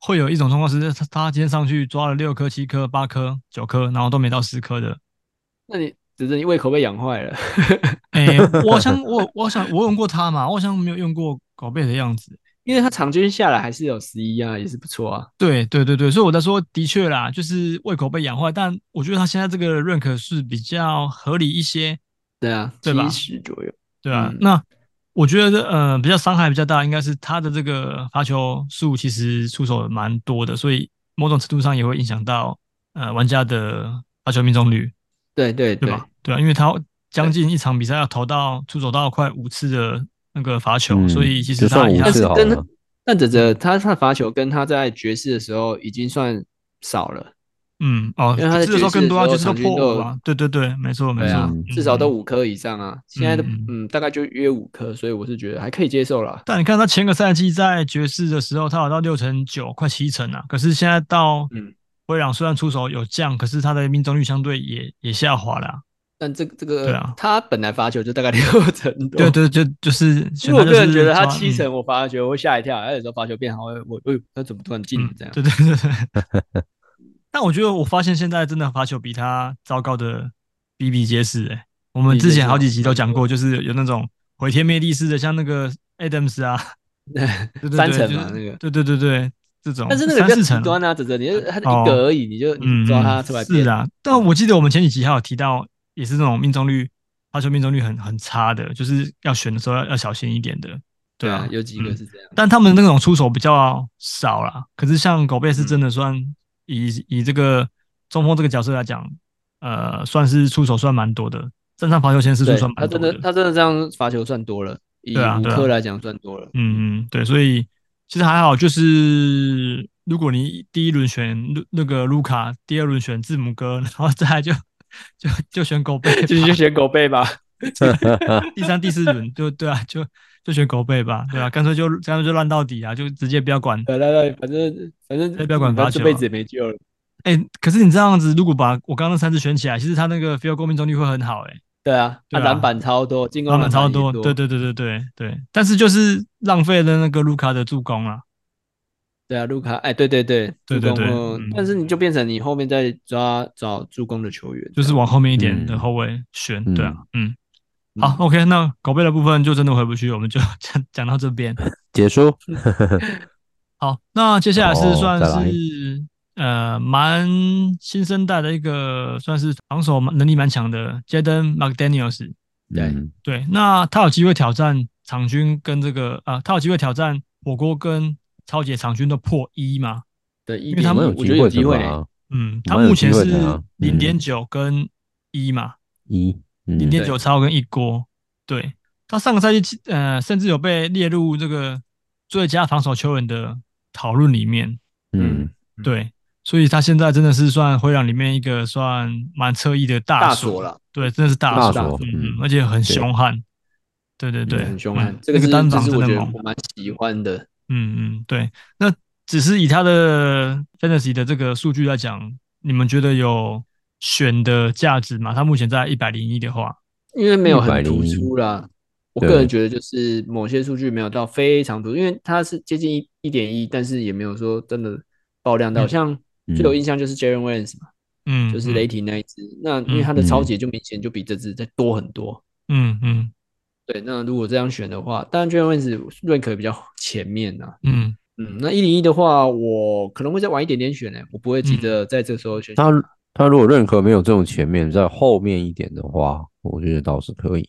Speaker 2: 会有一种状况是，他他今天上去抓了六颗、七颗、八颗、九颗，然后都没到十颗的。
Speaker 5: 那你只是你胃口被养坏了，
Speaker 2: 哎、我好像我我好像我用过他嘛，我好像没有用过狗贝的样子。
Speaker 5: 因为他场均下来还是有十一啊，也是不错啊，
Speaker 2: 对对对对，所以我在说，的确啦，就是胃口被养坏，但我觉得他现在这个认可是比较合理一些。
Speaker 5: 对啊，
Speaker 2: 对吧
Speaker 5: 七十左右，
Speaker 2: 对啊，
Speaker 5: 嗯
Speaker 2: 那我觉得呃比较伤害比较大，应该是他的这个罚球数其实出手蛮多的，所以某种程度上也会影响到呃玩家的罚球命中率，
Speaker 5: 对对
Speaker 2: 对
Speaker 5: 对，
Speaker 2: 吧？对啊，因为他将近一场比赛要投到出手到快五次的那个罚球，
Speaker 4: 嗯
Speaker 2: 所以其实
Speaker 4: 就
Speaker 2: 他
Speaker 4: 算
Speaker 2: 一
Speaker 4: 五
Speaker 2: 样
Speaker 5: 但
Speaker 4: 次
Speaker 5: 是
Speaker 4: 好
Speaker 5: 跟
Speaker 4: 了
Speaker 5: 他，但哲哲他他的罚球跟他在爵士的时候已经算少了，
Speaker 2: 嗯哦，
Speaker 5: 因为他在
Speaker 2: 这个时候更多啊，就
Speaker 5: 爵
Speaker 2: 是
Speaker 5: 士
Speaker 2: 都
Speaker 5: 的时候
Speaker 2: 破五啊
Speaker 5: 场，
Speaker 2: 对对对，没错没
Speaker 5: 对
Speaker 2: 错
Speaker 5: 啊，，
Speaker 2: 嗯
Speaker 5: 至少都。五颗以上啊。现在的
Speaker 2: 嗯
Speaker 5: 嗯大概就约五颗，所以我是觉得还可以接受啦。
Speaker 2: 但你看他前个赛季在爵士的时候，他有到六成九，快七成啊。可是现在到
Speaker 5: 嗯
Speaker 2: 灰狼，虽然出手有降，可是他的命中率相对也也下滑啊啦。
Speaker 5: 但这个这
Speaker 2: 对
Speaker 5: 个
Speaker 2: 啊
Speaker 5: 他本来罚球就大概六成多，
Speaker 2: 对。对，就就是。
Speaker 5: 哦因为
Speaker 2: 选
Speaker 5: 我个
Speaker 2: 就是
Speaker 5: 人觉得他
Speaker 2: 抓嗯
Speaker 5: 七成，我罚球我会吓一跳，而有时候罚球变好，我我哎，他怎么突然进
Speaker 2: 嗯
Speaker 5: 了
Speaker 2: 嗯
Speaker 5: 这样？
Speaker 2: 对对对对。但我觉得我发现现在真的罚球比他糟糕的比比皆是、欸。我们
Speaker 5: 比比
Speaker 2: 之
Speaker 5: 皆
Speaker 2: 前
Speaker 5: 是
Speaker 2: 好几
Speaker 5: 啊
Speaker 2: 集都讲过，就是有那种毁天灭地式的，像那个 Adams 啊，对对对
Speaker 5: 三成嘛
Speaker 2: 就是
Speaker 5: 那个
Speaker 2: 对对对对，这种。
Speaker 5: 但是那个
Speaker 2: 三
Speaker 5: 比较
Speaker 2: 四
Speaker 5: 极
Speaker 2: 成啊
Speaker 5: 端啊，哲哲，你就他
Speaker 2: 哦
Speaker 5: 一个而已，你就你
Speaker 2: 嗯，
Speaker 5: 抓他出来
Speaker 2: 是
Speaker 5: 变，
Speaker 2: 啊，但我记得我们前几集还有提到，也是那种命中率，发球命中率很很差的，就是要选的时候要要小心一点的。
Speaker 5: 对啊
Speaker 2: 啊，，
Speaker 5: 有几个
Speaker 2: 嗯
Speaker 5: 是这样，
Speaker 2: 但他们那种出手比较少啦。可是像狗贝是真的算以、以这个中锋这个角色来讲，呃，算是出手算蛮多的，正常罚球线次数
Speaker 5: 对
Speaker 2: 算
Speaker 5: 他
Speaker 2: 蛮多
Speaker 5: 真的他真的这样罚球算多了，以
Speaker 2: 对啊
Speaker 5: 五
Speaker 2: 对啊
Speaker 5: 颗来讲算多了，
Speaker 2: 嗯嗯，对，所以其实还好，就是如果你第一轮选那那个卢卡，第二轮选字母哥，然后再来就就就选狗贝吧，
Speaker 5: 就就选狗背吧。
Speaker 2: 第三、第四轮就对啊，就就选狗背吧，对啊，干脆就干脆就烂到底啊，就直接不要管。
Speaker 5: 对对对，反正反正
Speaker 2: 哎不要管
Speaker 5: 你们
Speaker 2: 罚球
Speaker 5: 这辈子也没救了。
Speaker 2: 哎、可是你这样子，如果把我刚刚那三支选起来，其实他那个 field goal 命中率会很好、欸，哎，
Speaker 5: 对啊，
Speaker 2: 对
Speaker 5: 他
Speaker 2: 啊
Speaker 5: 篮板超多，进攻
Speaker 2: 篮板超
Speaker 5: 也多，
Speaker 2: 对对对对对对，但是就是浪费了那个卢卡的助攻了。
Speaker 5: 对啊，卢卡，哎，对对对，
Speaker 2: 对
Speaker 5: 助
Speaker 2: 对
Speaker 5: 攻
Speaker 2: 对
Speaker 5: 后
Speaker 2: 嗯，
Speaker 5: 但是你就变成你后面再抓找助攻的球员，
Speaker 2: 就是
Speaker 5: 这样
Speaker 2: 往后面一点的
Speaker 4: 嗯
Speaker 2: 后卫选，
Speaker 4: 嗯
Speaker 2: 对啊，嗯，好
Speaker 5: 嗯
Speaker 2: ，OK，那狗贝的部分就真的回不去，我们就 讲讲到这边。
Speaker 4: 结束，
Speaker 2: 好，那接下来是
Speaker 4: 哦
Speaker 2: 算
Speaker 4: 再来
Speaker 2: 是、呃蛮新生代的一个，算是防守蛮能力蛮强的 Jaden McDaniels。
Speaker 5: 对
Speaker 4: 嗯
Speaker 2: 对，那他有机会挑战场均跟这个啊、他有机会挑战火锅跟超姐场均都破一嘛？
Speaker 5: 对，因
Speaker 2: 为他
Speaker 4: 我
Speaker 2: 们
Speaker 4: 们
Speaker 5: 我
Speaker 4: 有
Speaker 5: 觉得
Speaker 4: 机
Speaker 5: 有
Speaker 4: 会
Speaker 5: 机
Speaker 4: 的啊
Speaker 5: 会，
Speaker 4: 吧？
Speaker 2: 嗯，他
Speaker 4: 蛮有
Speaker 2: 目前
Speaker 4: 机会
Speaker 2: 是
Speaker 4: 的啊
Speaker 2: 零
Speaker 4: 嗯
Speaker 2: 点九跟一嘛，
Speaker 4: 一，嗯
Speaker 2: 零点九
Speaker 5: 对
Speaker 2: 超跟一锅。对他上个赛季，呃，甚至有被列入这个最佳防守球员的讨论里面。
Speaker 4: 嗯，
Speaker 2: 对，所以他现在真的是算灰狼里面一个算蛮侧翼的
Speaker 5: 大
Speaker 2: 锁
Speaker 5: 锁了，
Speaker 2: 对，真的是大
Speaker 4: 大
Speaker 2: 锁
Speaker 4: 锁，
Speaker 2: 嗯，
Speaker 4: 嗯
Speaker 2: 而且很凶悍，对对对，
Speaker 5: 很凶
Speaker 2: 嗯
Speaker 5: 悍。这个
Speaker 2: 那
Speaker 5: 是
Speaker 2: 单
Speaker 5: 这
Speaker 2: 掌
Speaker 5: 是
Speaker 2: 真
Speaker 5: 我
Speaker 2: 的
Speaker 5: 觉得
Speaker 2: 猛，
Speaker 5: 我蛮喜欢的。
Speaker 2: 嗯嗯，对。那只是以他的 fantasy 的这个数据来讲，你们觉得有选的价值吗？他目前在一百零一的话，
Speaker 5: 因为没有很
Speaker 4: 101
Speaker 5: 突出啦。我
Speaker 4: 对
Speaker 5: 个人觉得就是某些数据没有到非常突出，因为它是接近一一点一，但是也没有说真的爆量到。
Speaker 2: 嗯
Speaker 5: 像最有印象就是 Jaren Williams 嘛，
Speaker 2: 嗯，
Speaker 5: 就是
Speaker 2: 嗯
Speaker 5: 雷，霆那一支。那因为它的超级就明显就比这支再多很多。
Speaker 2: 嗯嗯
Speaker 5: 对，那如果这样选的话，当然 Jaren Williams 认可比较前面啊。
Speaker 2: 嗯
Speaker 5: 嗯，那一零一的话，我可能会再晚一点点选呢、我不
Speaker 2: 嗯
Speaker 5: 会急着在这时候选。
Speaker 4: 他他如果认可没有这种前面在后面一点的话，我觉得倒是可以，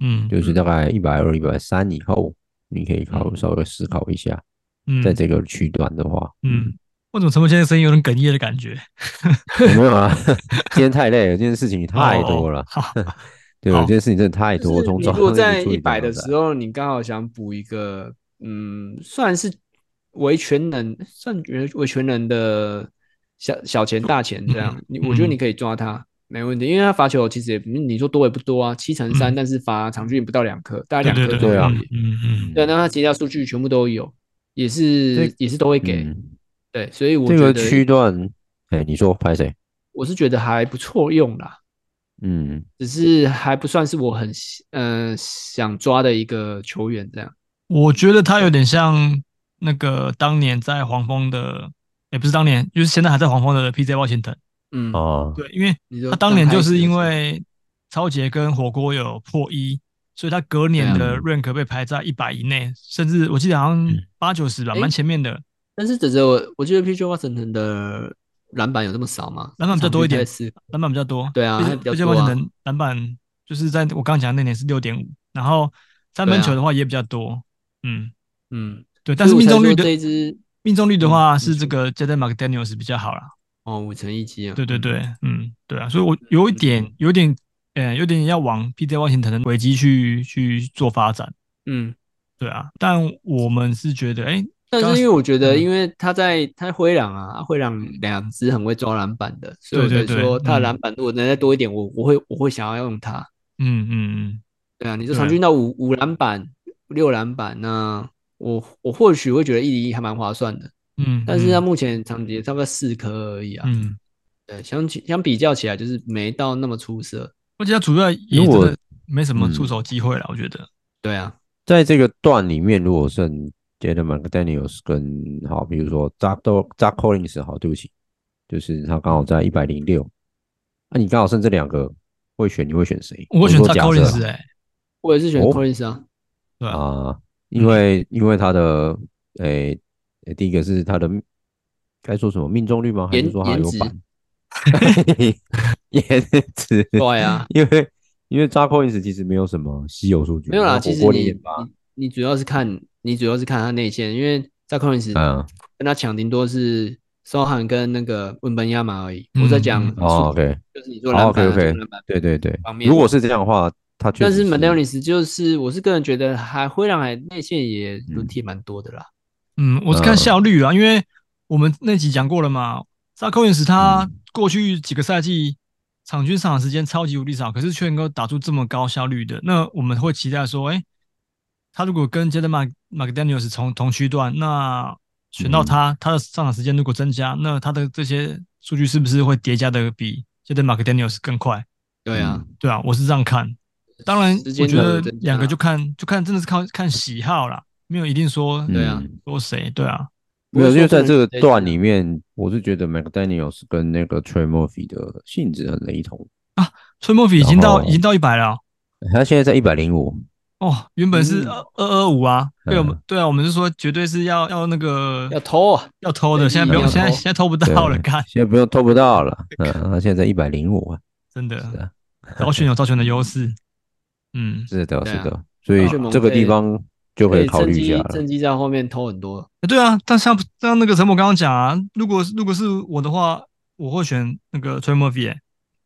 Speaker 2: 嗯，
Speaker 4: 就是大概一百二、一百三以后，你可以考稍微思考一下，
Speaker 2: 嗯
Speaker 4: 在这个区段的话，
Speaker 2: 嗯，为什么陈柏先生声音有点哽咽的感觉？
Speaker 4: 没有啊， 今天太累了，今天事情太多了，
Speaker 2: 哦好，
Speaker 4: 对，
Speaker 2: 好
Speaker 4: 我今天事情真的太多，从
Speaker 5: 你
Speaker 4: 早
Speaker 5: 如
Speaker 4: 上
Speaker 5: 果在
Speaker 4: 一直处
Speaker 5: 一
Speaker 4: 理到
Speaker 5: 百的
Speaker 4: 现在
Speaker 5: 时候，你刚好想补一个，嗯，算是维权人，算维维权人的小小钱大钱
Speaker 4: 嗯
Speaker 5: 这样，你我觉得你可以抓他，没问题，因为他罚球其实也你说多也不多啊，七乘三，但是罚场均不到两颗，大概
Speaker 2: 对
Speaker 5: 两
Speaker 2: 对
Speaker 5: 颗
Speaker 2: 对
Speaker 5: 左
Speaker 4: 嗯对
Speaker 5: 右
Speaker 4: 啊
Speaker 5: 而
Speaker 2: 嗯
Speaker 5: 已
Speaker 2: 嗯嗯，
Speaker 5: 对，那他其他数据全部都有，也是
Speaker 4: 这
Speaker 5: 也是都会给，
Speaker 4: 嗯
Speaker 5: 对，所以我
Speaker 4: 这
Speaker 5: 觉
Speaker 4: 个
Speaker 5: 得
Speaker 4: 区段，哎，你说拍谁？
Speaker 5: 我是觉得还不错用啦。
Speaker 4: 嗯，
Speaker 5: 只是还不算是我很嗯、呃、想抓的一个球员这样。
Speaker 2: 我觉得他有点像那个当年在黄蜂的，也不是当年，就是现在还在黄蜂的 P.J. Washington。
Speaker 5: 嗯，
Speaker 4: 哦，
Speaker 2: 对，因为
Speaker 5: 你说
Speaker 2: 他啊当年就是因
Speaker 5: 刚开始
Speaker 2: 为超杰跟火锅有破一，所以他隔年的
Speaker 5: 啊
Speaker 2: rank 被排在一百以内，甚至我记得好像八九十吧，
Speaker 5: 嗯诶
Speaker 2: 蛮前面的。
Speaker 5: 但是只是我我记得 PJ Washington 的篮板有这么少吗？
Speaker 2: 篮板比较多一点
Speaker 5: 场均大概是
Speaker 2: 篮板比较多，
Speaker 5: 对啊
Speaker 2: 而且
Speaker 5: 还比较
Speaker 2: 而且
Speaker 5: 多
Speaker 2: 完
Speaker 5: 啊
Speaker 2: 全能篮板就是在我刚刚讲的那年是六点五，然后三分
Speaker 5: 对啊
Speaker 2: 球的话也比较多，嗯，
Speaker 5: 嗯，
Speaker 2: 对，但是
Speaker 5: 所以
Speaker 2: 命
Speaker 5: 我才
Speaker 2: 中率
Speaker 5: 说
Speaker 2: 的
Speaker 5: 这一支
Speaker 2: 命中率的话是
Speaker 5: 嗯
Speaker 2: 这个 Jaden McDaniels 比较好啦，
Speaker 5: 哦五成一击啊，
Speaker 2: 对对对，嗯，对啊，所以我有一
Speaker 5: 嗯
Speaker 2: 点有一点呃有点要往 P.J. 外 n 腾的轨迹去去做发展，
Speaker 5: 嗯，
Speaker 2: 对啊，但我们是觉得，哎、
Speaker 5: 但
Speaker 2: 刚刚
Speaker 5: 是因为我觉得，
Speaker 2: 嗯
Speaker 5: 因为他在他灰狼啊，灰狼两只很会抓篮板的，所以我
Speaker 2: 对
Speaker 5: 在
Speaker 2: 对对
Speaker 5: 说他的
Speaker 2: 嗯
Speaker 5: 篮板如果能再多一点，我我会我会想要用他。
Speaker 2: 嗯嗯
Speaker 5: 对啊，你说
Speaker 2: 对
Speaker 5: 场均到五五篮板、六篮板，那我我或许会觉得一零一还蛮划算的，
Speaker 2: 嗯嗯，
Speaker 5: 但是他
Speaker 2: 嗯
Speaker 5: 目前场也差不多四颗而已啊。
Speaker 2: 嗯，
Speaker 5: 对，相起相比较起来，就是没到那么出色。
Speaker 2: 而且他主要也
Speaker 4: 因为
Speaker 2: 真
Speaker 4: 我
Speaker 2: 的没什么
Speaker 4: 嗯
Speaker 2: 出手机会了，我觉得，
Speaker 5: 对啊，
Speaker 4: 在这个段里面，如果剩 Jaden McDaniels 跟好，比如说 Zach Do- Zach Collins 好，对不起，就是他刚好在一百零六，那你刚好剩这两个，会选你会选谁？
Speaker 2: 我会选
Speaker 4: 说
Speaker 2: Zach
Speaker 4: 假设啊
Speaker 2: Collins 哎、
Speaker 5: 我也是选
Speaker 4: 哦
Speaker 5: Collins 啊。
Speaker 2: 对啊，
Speaker 4: 啊，因为因为他的诶、诶第一个是他的该说什么命中率吗？还是
Speaker 5: 颜
Speaker 4: 说他
Speaker 5: 颜
Speaker 4: 有
Speaker 5: 值
Speaker 4: 板？ 颜值
Speaker 5: 对啊，
Speaker 4: 因为因为 Zach Collins 其实没有什么稀有数据，
Speaker 5: 没有啦，
Speaker 4: 然后
Speaker 5: 其
Speaker 4: 火
Speaker 5: 实
Speaker 4: 锅
Speaker 5: 你
Speaker 4: 里
Speaker 5: 你
Speaker 4: 面吧，
Speaker 5: 你主要是看你主要是看他内线，因为在 Collins
Speaker 4: 嗯，
Speaker 5: 跟他抢顶多是收汉跟那个温本亚马而已。我在讲
Speaker 2: 嗯嗯
Speaker 4: 哦
Speaker 5: 速度
Speaker 4: ，OK，
Speaker 5: 就是你做
Speaker 4: 好
Speaker 5: 篮板啊，
Speaker 4: ，OK，OK
Speaker 5: 做篮板
Speaker 4: 对对对
Speaker 5: 方，面
Speaker 4: 如果是这样的话，他确
Speaker 5: 但
Speaker 4: 实
Speaker 5: 是
Speaker 4: 是
Speaker 5: m a d a l i s 就是，我是个人觉得还灰狼还内线也
Speaker 4: 嗯
Speaker 5: 轮替蛮多的啦。
Speaker 2: 嗯，我是看
Speaker 4: 嗯
Speaker 2: 效率啊，因为我们那集讲过了嘛，Zach Collins 他
Speaker 4: 嗯
Speaker 2: 过去几个赛季场均上场时间超级无敌少，可是却能够打出这么高效率的，那我们会期待说，哎、他如果跟 Jaden Mc McDaniels 同同区段，那选到
Speaker 4: 嗯
Speaker 2: 他，他的上场时间如果增加，那他的这些数据是不是会叠加的比 Jaden McDaniels 更快？
Speaker 5: 对啊，
Speaker 4: 嗯
Speaker 2: 对啊，我是这样看。当然，
Speaker 5: 时
Speaker 2: 我
Speaker 5: 间
Speaker 2: 觉得
Speaker 5: 的增加
Speaker 2: 两个就看就看真的是靠看喜好啦，没有一定说
Speaker 5: 对啊
Speaker 4: 嗯
Speaker 2: 说谁对啊，
Speaker 5: 不
Speaker 4: 没
Speaker 5: 是
Speaker 4: 有，因为
Speaker 5: 说不
Speaker 4: 在
Speaker 5: 能
Speaker 4: 这个
Speaker 5: 直接
Speaker 4: 段
Speaker 5: 讲
Speaker 4: 里面，我是觉得 McDaniel's 跟那个 Trey Murphy 的性质很雷同，
Speaker 2: 崔莫菲已经
Speaker 4: 然
Speaker 2: 到
Speaker 4: 后
Speaker 2: 已经到一百了哦
Speaker 4: 他现在在一百零五，
Speaker 2: 哦，原本是
Speaker 5: 嗯
Speaker 2: 二二二五啊，对我们
Speaker 4: 嗯
Speaker 2: 对啊，我们是说绝对是要要那个
Speaker 5: 要偷啊，
Speaker 2: 要偷的，
Speaker 5: 对
Speaker 2: 现在不用
Speaker 5: 要
Speaker 2: 现在
Speaker 5: 偷
Speaker 2: 现在偷不到了，
Speaker 4: 对
Speaker 2: 看
Speaker 4: 现在不用偷不到了，嗯，他现在在一百零五啊，
Speaker 2: 真
Speaker 4: 是
Speaker 2: 的
Speaker 4: 啊，
Speaker 2: 找选有找选的优势，嗯，
Speaker 4: 是的，
Speaker 5: 对
Speaker 4: 是
Speaker 5: 啊
Speaker 4: 的，所以
Speaker 5: 而且我们
Speaker 4: 这个
Speaker 5: 可以
Speaker 4: 地方就可以考虑一下
Speaker 5: 趁机
Speaker 4: 了
Speaker 5: 趁，机在后面偷很多。
Speaker 2: 欸对啊，但像像那个陈某刚刚讲啊，如果如果是我的话，我会选那个 Trey Murphy 欸、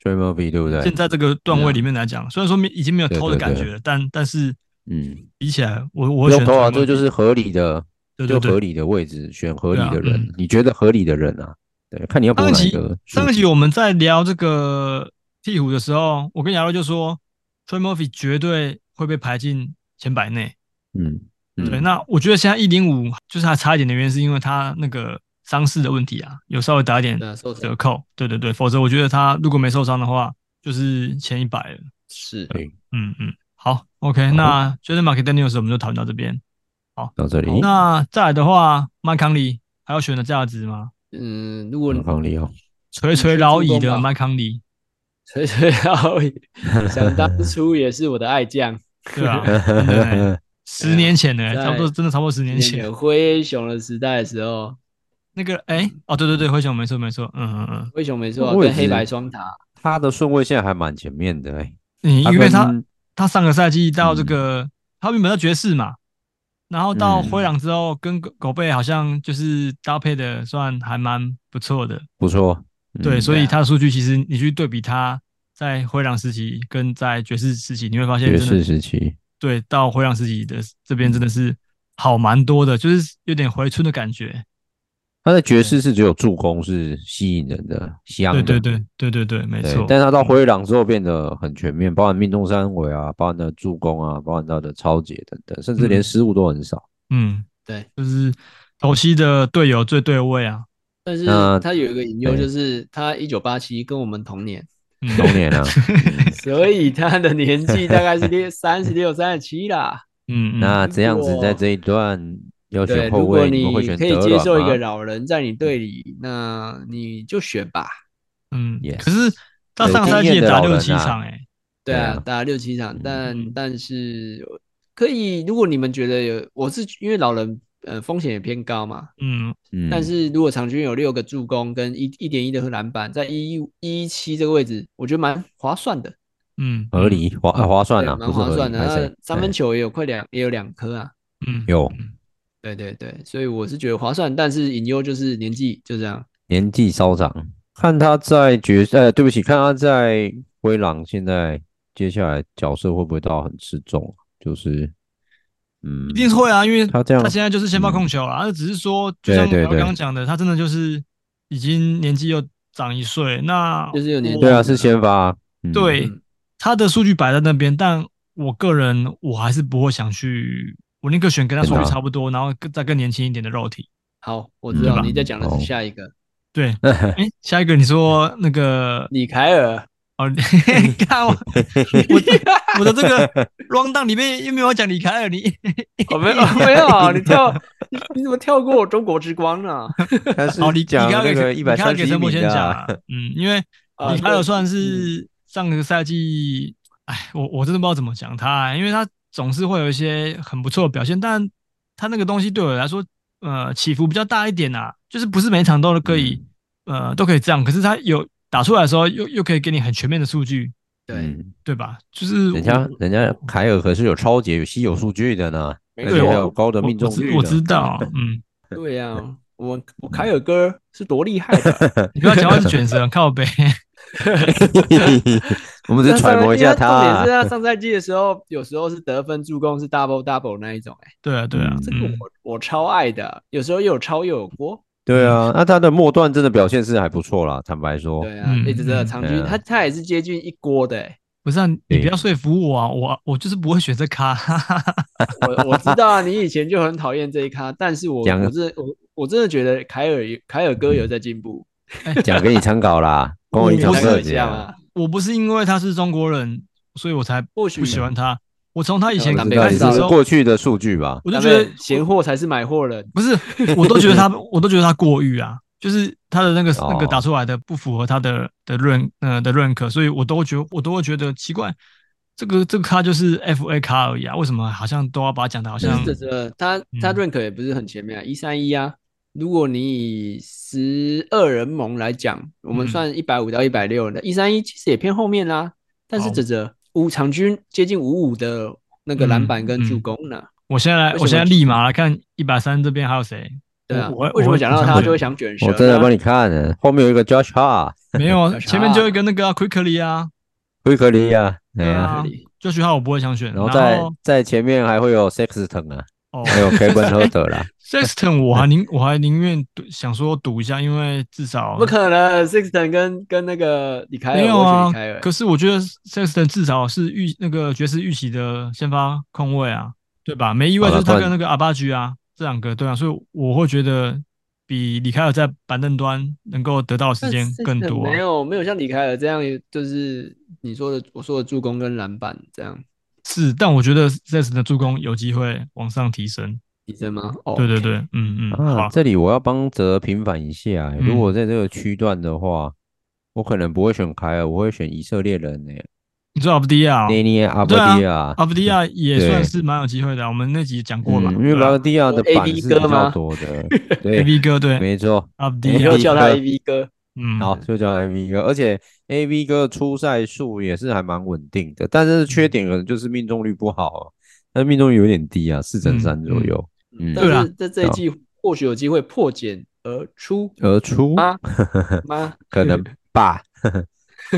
Speaker 4: ，Trey Murphy 对不对
Speaker 2: 现？在这个段位
Speaker 5: 对啊
Speaker 2: 里面来讲，虽然说没已经没有
Speaker 4: 对
Speaker 2: 偷的
Speaker 4: 对
Speaker 2: 感
Speaker 4: 对
Speaker 2: 觉了，但但是
Speaker 4: 嗯，
Speaker 2: 比起来，我我
Speaker 4: 不
Speaker 2: 会
Speaker 4: 用
Speaker 2: 选
Speaker 4: 偷啊，
Speaker 2: Trey
Speaker 4: 这就
Speaker 2: Murphy
Speaker 4: 是合理的，
Speaker 2: 对对
Speaker 4: 就
Speaker 2: 对
Speaker 4: 合理的位置，选合理
Speaker 2: 对啊
Speaker 4: 的人
Speaker 2: 嗯，
Speaker 4: 你觉得合理的人啊，对，看你要补哪
Speaker 2: 上一
Speaker 4: 一
Speaker 2: 集
Speaker 4: 个数
Speaker 2: 上个
Speaker 4: 据。
Speaker 2: 集我们在聊这个鹈鹕的时候，我跟亚洛就说 t r e m o r p h y 绝对会被排进前百内。
Speaker 4: 嗯，嗯
Speaker 2: 对，那我觉得现在一零五就是还差一点的原因，是因为他那个伤势的问题啊，有稍微打一点
Speaker 5: 对啊，受
Speaker 4: 嗯
Speaker 5: 伤
Speaker 2: 折扣。对对对，否则我觉得他如果没受伤的话，就是前一百了。
Speaker 5: 是
Speaker 4: 对
Speaker 2: 嗯嗯，好，OK，那 Jaden Mark Daniels 我们就讨论到这边。
Speaker 4: 到这里，
Speaker 2: 那再来的话，麦康利还有选的价值吗？
Speaker 5: 嗯，如果
Speaker 4: 健 康利好，
Speaker 2: 垂垂老矣
Speaker 5: 助攻
Speaker 2: 的
Speaker 5: 吧
Speaker 2: 麦康利，
Speaker 5: 垂垂老矣， 想当初也是我的爱将，
Speaker 2: 对啊，真的欸十年前呢、
Speaker 5: 在
Speaker 2: 差不多真的差不多十年前。
Speaker 5: 有灰熊的时代的时候，
Speaker 2: 那个哎、哦对对对，灰熊没错没错，嗯嗯嗯，
Speaker 5: 灰熊没错，啊
Speaker 4: 位
Speaker 5: 跟
Speaker 4: 置
Speaker 5: 黑白双塔，
Speaker 4: 他的顺位现在还蛮前面的哎，
Speaker 2: 你因为
Speaker 4: 跟
Speaker 2: 他他上个赛季到这个，他原本在爵士嘛，然后到
Speaker 4: 嗯
Speaker 2: 灰狼之后，跟狗狗贝好像就是搭配的算还蛮不错的，
Speaker 4: 不错，嗯
Speaker 2: 对，所
Speaker 5: 对
Speaker 2: 以
Speaker 5: 啊
Speaker 2: 他的数据其实你去对比他在灰狼时期跟在爵士时期，你会发现
Speaker 4: 爵
Speaker 2: 真的
Speaker 4: 士时期，嗯
Speaker 2: 对到灰狼时期的这边真的是好蛮多的，就是有点回春的感觉。
Speaker 4: 他的爵士是只有助攻是吸引人的，香
Speaker 2: 对对
Speaker 4: 的，
Speaker 2: 对对对对，没
Speaker 4: 对
Speaker 2: 错。嗯
Speaker 4: 但是他到灰狼之后变得很全面，包含命中三围啊，包含他的助攻啊，包含他的超解等等，甚至连
Speaker 2: 嗯
Speaker 4: 失误都很少。
Speaker 2: 嗯，
Speaker 5: 对，
Speaker 2: 就是头西的队友最对位啊。
Speaker 5: 但是
Speaker 4: 那
Speaker 5: 他有一个隐忧，
Speaker 4: 嗯对
Speaker 5: 就是他一九八七跟我们同年，
Speaker 2: 嗯，
Speaker 4: 同年啊，
Speaker 5: 所以他的年纪大概是 六三十六、三十七啦。
Speaker 2: 嗯，嗯
Speaker 4: 那这样
Speaker 5: 如
Speaker 4: 子
Speaker 5: 果
Speaker 4: 在这一段要
Speaker 5: 对，
Speaker 4: 选后
Speaker 5: 如果
Speaker 4: 卫，
Speaker 5: 你
Speaker 4: 们会选
Speaker 5: 可
Speaker 4: 德
Speaker 5: 以接
Speaker 4: 朗
Speaker 5: 受一
Speaker 4: 吗
Speaker 5: 个老人在你队里，那你就选吧。
Speaker 2: 嗯
Speaker 4: Yes
Speaker 2: 可是他
Speaker 4: 有
Speaker 2: 上
Speaker 4: 经
Speaker 2: 赛季
Speaker 4: 验
Speaker 2: 也
Speaker 4: 的
Speaker 2: 打
Speaker 4: 老
Speaker 2: 六
Speaker 4: 人
Speaker 2: 七
Speaker 4: 啊
Speaker 2: 场哎、
Speaker 5: 对
Speaker 4: 对
Speaker 5: 啊
Speaker 4: 啊，
Speaker 5: 打了六七场，
Speaker 4: 嗯
Speaker 5: 但但是可以，如果你们觉得有，我是因为老人呃风险也偏高嘛，
Speaker 2: 嗯
Speaker 4: 嗯，
Speaker 5: 但是如果场均有六个助攻跟一一点一的篮板，在一一七这个位置，我觉得蛮划算的，
Speaker 2: 嗯，
Speaker 4: 合理划啊划算
Speaker 5: 对
Speaker 4: 啊，
Speaker 5: 蛮
Speaker 4: 不是
Speaker 5: 划
Speaker 4: 合
Speaker 5: 算
Speaker 4: 理，
Speaker 5: 的。
Speaker 4: 还
Speaker 5: 那
Speaker 4: 是哎
Speaker 5: 三分球也有快两也有两颗啊，
Speaker 2: 嗯，
Speaker 4: 有
Speaker 5: 对对对，所以我是觉得划算，但是隐忧就是年纪就这样，
Speaker 4: 年纪稍长，看他在决赛、对不起，看他在灰狼现在接下来角色会不会到很吃重，啊就是嗯，
Speaker 2: 一定是会啊，因为
Speaker 4: 他这样
Speaker 2: 现在就是先发控球啊，那只是说就
Speaker 4: 对
Speaker 2: 像
Speaker 4: 对
Speaker 2: 我
Speaker 4: 对
Speaker 2: 刚刚讲的，他真的就是已经年纪又长一岁，那
Speaker 5: 就是有年纪
Speaker 4: 对啊，是先发啊、嗯
Speaker 2: 对、
Speaker 5: 嗯
Speaker 2: 他的数据摆在那边，但我个人我还是不会想去，我宁可选跟他数
Speaker 4: 选
Speaker 2: 据
Speaker 4: 他
Speaker 2: 差不多，然后更再更年轻一点的肉体。
Speaker 5: 好，我知
Speaker 2: 嗯对
Speaker 5: 道
Speaker 2: 吧
Speaker 5: 你在讲的
Speaker 4: 好
Speaker 5: 是下一个
Speaker 2: 对，哎、下一个你说那个
Speaker 5: 李凯尔，
Speaker 2: 哦，你看我啊我的我的这个 round down 里面又没有讲李凯尔，你
Speaker 4: 哦
Speaker 5: 我 没有没
Speaker 4: 啊
Speaker 5: 有，你跳 你你怎么跳过中国之光啊呢？
Speaker 4: 他是
Speaker 2: 哦，李
Speaker 4: 讲
Speaker 2: 李凯尔
Speaker 4: 那
Speaker 2: 给
Speaker 4: 个
Speaker 2: 陈
Speaker 4: 一百
Speaker 2: 李凯尔
Speaker 4: 三
Speaker 2: 给
Speaker 4: 十一
Speaker 2: 陈柏
Speaker 4: 米
Speaker 2: 先
Speaker 4: 的
Speaker 2: 讲
Speaker 4: 啊、嗯
Speaker 2: 啊，嗯，因为
Speaker 5: 啊
Speaker 2: 李凯尔算
Speaker 5: 对
Speaker 2: 是上个赛季，哎，我我真的不知道怎么讲他、因为他总是会有一些很不错的表现，但他那个东西对我来说，呃，起伏比较大一点啊，就是不是每一场都可以，
Speaker 4: 嗯
Speaker 2: 呃，都可以这样，可是他有打出来的时候，又又可以给你很全面的数据，
Speaker 5: 对，
Speaker 4: 嗯
Speaker 2: 对吧？就是
Speaker 4: 人家人家凯尔可是有超级有稀有数据的呢，
Speaker 5: 没
Speaker 4: 而且还
Speaker 5: 错
Speaker 4: 有高的
Speaker 2: 我
Speaker 4: 命中
Speaker 2: 我
Speaker 4: 率
Speaker 2: 知我知
Speaker 4: 呢。
Speaker 2: 道，嗯。
Speaker 5: 对呀、
Speaker 4: 嗯
Speaker 5: 我我凯尔哥是多厉害的，
Speaker 2: 你不要讲话是卷舌，靠 背。
Speaker 4: 我 们只是揣摩一下他、
Speaker 5: 因为重点
Speaker 4: 啊
Speaker 5: 是，他上赛季的时候，有时候是得分、助攻是 double double 那一种、哎，
Speaker 2: 对啊，对啊，
Speaker 5: 这个
Speaker 2: 嗯，
Speaker 5: 我我超爱的，啊有时候又有超又有锅。
Speaker 4: 对啊，那他的末段真的表现是还不错啦，坦白说，
Speaker 5: 对啊，
Speaker 2: 嗯
Speaker 5: 一直这
Speaker 2: 嗯
Speaker 5: 个场均，
Speaker 4: 哦对啊
Speaker 5: 他他也是接近一锅的、哎
Speaker 2: 不是啊，你
Speaker 4: 对
Speaker 2: 不要说服我啊，我我就是不会选这咖。
Speaker 5: 我我知道啊，你以前就很讨厌这一咖，但是我
Speaker 4: 讲
Speaker 5: 我真的我我真的觉得凯尔有凯尔哥有在进步，
Speaker 4: 讲给你参考 啦，供我一场
Speaker 5: 参考
Speaker 4: 乐
Speaker 5: 一
Speaker 4: 子
Speaker 5: 下
Speaker 4: 啊。
Speaker 5: 嘛。
Speaker 2: 我不是因为他是中国人，所以我才不
Speaker 5: 或许
Speaker 2: 喜欢他。我从他以前
Speaker 5: 我
Speaker 4: 我
Speaker 5: 知
Speaker 4: 知
Speaker 5: 道
Speaker 4: 道
Speaker 2: 开始
Speaker 4: 你
Speaker 5: 你
Speaker 2: 的时
Speaker 4: 是
Speaker 5: 是
Speaker 2: 候，
Speaker 4: 过去的数据吧？
Speaker 2: 我就
Speaker 5: 咱
Speaker 2: 觉
Speaker 5: 们
Speaker 2: 得
Speaker 5: 闲货才是买货人。
Speaker 2: 不是，我都觉 得他，我都觉得他过誉啊，就是他的那个那个
Speaker 4: 哦
Speaker 2: 打出来的不符合他的的认呃的认可，所以我都觉我都会觉得奇怪，这个这个咖就是 FA 咖而已啊，为什么好像都要把它讲的好像
Speaker 5: 就是这这他他
Speaker 2: 嗯
Speaker 5: rank 也不是很前面啊，一三一啊。如果你以十二人盟来讲，我们
Speaker 2: 嗯
Speaker 5: 算一百五到一百六的，一三一其实也偏后面啦。但是
Speaker 2: 好
Speaker 5: 这这五场均接近五五的那个篮板跟
Speaker 2: 嗯嗯
Speaker 5: 助攻呢，
Speaker 2: 我现在来
Speaker 5: 为什么
Speaker 2: 我现在立马来看一百三这边还有谁？
Speaker 5: 对啊
Speaker 2: 我我会，
Speaker 5: 为
Speaker 2: 我
Speaker 5: 什么
Speaker 2: 会
Speaker 5: 讲到
Speaker 2: 我
Speaker 5: 他
Speaker 2: 会
Speaker 5: 就会想卷舌？
Speaker 4: 我真的帮你看了，后面有一个 Josh Ha
Speaker 2: 没有啊，
Speaker 5: 有啥
Speaker 2: 前面就一个那个、啊、Quickly 啊，
Speaker 4: 奎克利啊，哎
Speaker 2: 对
Speaker 4: 呀，
Speaker 2: 啊
Speaker 5: 这里
Speaker 2: 就徐浩我不会想选，
Speaker 4: 然后在在前面还会有 Sexton 啊，
Speaker 2: 哦，
Speaker 4: 还有 Kevin h e r d 啦，
Speaker 2: Sexton，我还宁我还宁愿赌想说赌一下，因为至少
Speaker 5: 不可能，Sixton 跟跟那个李凯尔，
Speaker 2: 啊没有
Speaker 5: 我选
Speaker 2: 啊
Speaker 5: 李凯。尔
Speaker 2: 可是我觉得 Sexton 至少是预那个爵士预期的先发控卫啊，对吧？没意外就
Speaker 4: 好了
Speaker 2: 是他
Speaker 4: 不然
Speaker 2: 跟那个阿巴居啊这两个对啊，所以我会觉得比李凯尔在板凳端能够得到的时
Speaker 5: 但
Speaker 2: 间
Speaker 5: Sexton
Speaker 2: 更多、啊
Speaker 5: 没。有没有像李凯尔这样，就是你说的我说的助攻跟篮板这样
Speaker 2: 是，但我觉得 Sexton 的助攻有机会往上提升。
Speaker 5: 提升吗？哦，
Speaker 2: 对对对，嗯嗯，
Speaker 4: 啊，
Speaker 2: 好，
Speaker 4: 这里我要帮泽平反一下欸、
Speaker 2: 嗯
Speaker 4: 如果在这个区段的话，我可能不会选凯尔，我会选以色列人欸呢、
Speaker 2: 你说阿布迪亚、
Speaker 4: 内涅阿布
Speaker 2: 对啊
Speaker 4: 迪亚，
Speaker 2: 阿布迪亚也
Speaker 4: 对
Speaker 2: 算是蛮有机会的啊、我们那集讲过嘛，
Speaker 4: 嗯因为
Speaker 2: 对啊
Speaker 4: 巴迪亚的
Speaker 5: 我 AV
Speaker 4: 板是比
Speaker 5: 哥吗
Speaker 4: 较多 的，
Speaker 2: A
Speaker 4: 对，
Speaker 2: V 哥对
Speaker 4: 没错。
Speaker 2: 阿布迪
Speaker 5: 你
Speaker 2: 亚
Speaker 5: 又
Speaker 4: 没，
Speaker 5: 叫
Speaker 4: 李
Speaker 5: 他
Speaker 4: 凯尔
Speaker 5: AV 哥，
Speaker 2: 嗯，
Speaker 4: 好，就叫 AV 哥，而且 AV 哥的出赛数也是还蛮稳定的，但
Speaker 2: 嗯
Speaker 4: 是缺点可能就是命中率不好、啊，但命中率有点低啊，四成三左右。嗯，
Speaker 2: 对
Speaker 5: 但
Speaker 2: 啊
Speaker 5: 是在这一季或许有机会破茧而出
Speaker 2: 嗯
Speaker 4: 而出
Speaker 2: 啊
Speaker 5: 吗？吗？
Speaker 4: 啊可能吧。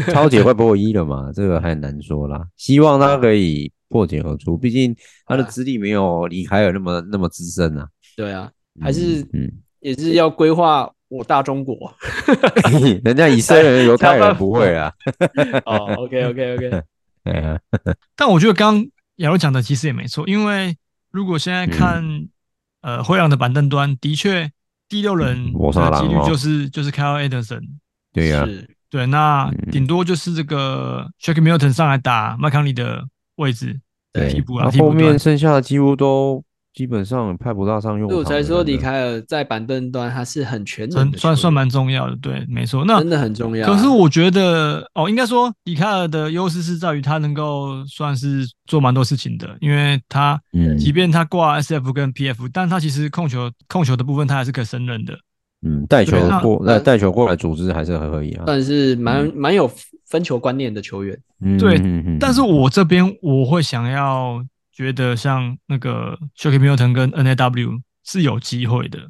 Speaker 4: 超姐会破一了嘛？这个还很难说啦。希望他可以破茧而出，毕竟他
Speaker 2: 啊
Speaker 4: 的资历没有李凯尔那么那么资深啊。
Speaker 5: 对啊，
Speaker 4: 嗯
Speaker 5: 还是
Speaker 4: 嗯，
Speaker 5: 也是要规划我大中国
Speaker 4: 人家以色列人犹太人不会 啊。
Speaker 5: 哦。OK OK OK，
Speaker 4: 哎
Speaker 2: 啊
Speaker 4: 呀，
Speaker 2: 但我觉得刚刚雅茹讲的其实也没错，因为如果现在看、
Speaker 4: 嗯
Speaker 2: 呃灰狼的板凳端，的确第六人
Speaker 4: 嗯我上
Speaker 2: 的
Speaker 4: 篮
Speaker 2: 几率
Speaker 4: 哦
Speaker 2: 就是就是 Kyle Anderson，
Speaker 4: 对啊呀，
Speaker 5: 是
Speaker 2: 对，那
Speaker 4: 嗯
Speaker 2: 顶多就是这个 Shaq Milton 上来打麦康利的位置替
Speaker 4: 对。
Speaker 2: 补啊，
Speaker 4: 然后
Speaker 2: 替
Speaker 4: 后
Speaker 2: 补端
Speaker 4: 面剩下的几乎都基本上派不大上用
Speaker 5: 所以
Speaker 4: 场。
Speaker 5: 我
Speaker 4: 啊
Speaker 5: 才说李，凯尔在板凳端他是很全
Speaker 4: 嗯
Speaker 5: 能
Speaker 2: 算
Speaker 5: 的，
Speaker 2: 算算，蛮重要的，对，没错。那
Speaker 5: 真的很重要啊。
Speaker 2: 可是我觉得哦，应该说里卡尔的优势是在于他能够算是做蛮多事情的，因为他
Speaker 4: 嗯
Speaker 2: 即便他挂 SF 跟 PF，但他其实控球控球的部分他还是可以胜任的。
Speaker 4: 嗯，带球
Speaker 2: 对那
Speaker 4: 过带带球过来组织还是很可以啊。
Speaker 5: 算是蛮蛮有分球观念的球员。
Speaker 4: 嗯
Speaker 2: 对
Speaker 4: 嗯嗯
Speaker 2: 但是我这边我会想要觉得像那个 s h a k i Milton 跟 NAW 是有机会的，
Speaker 4: 嗯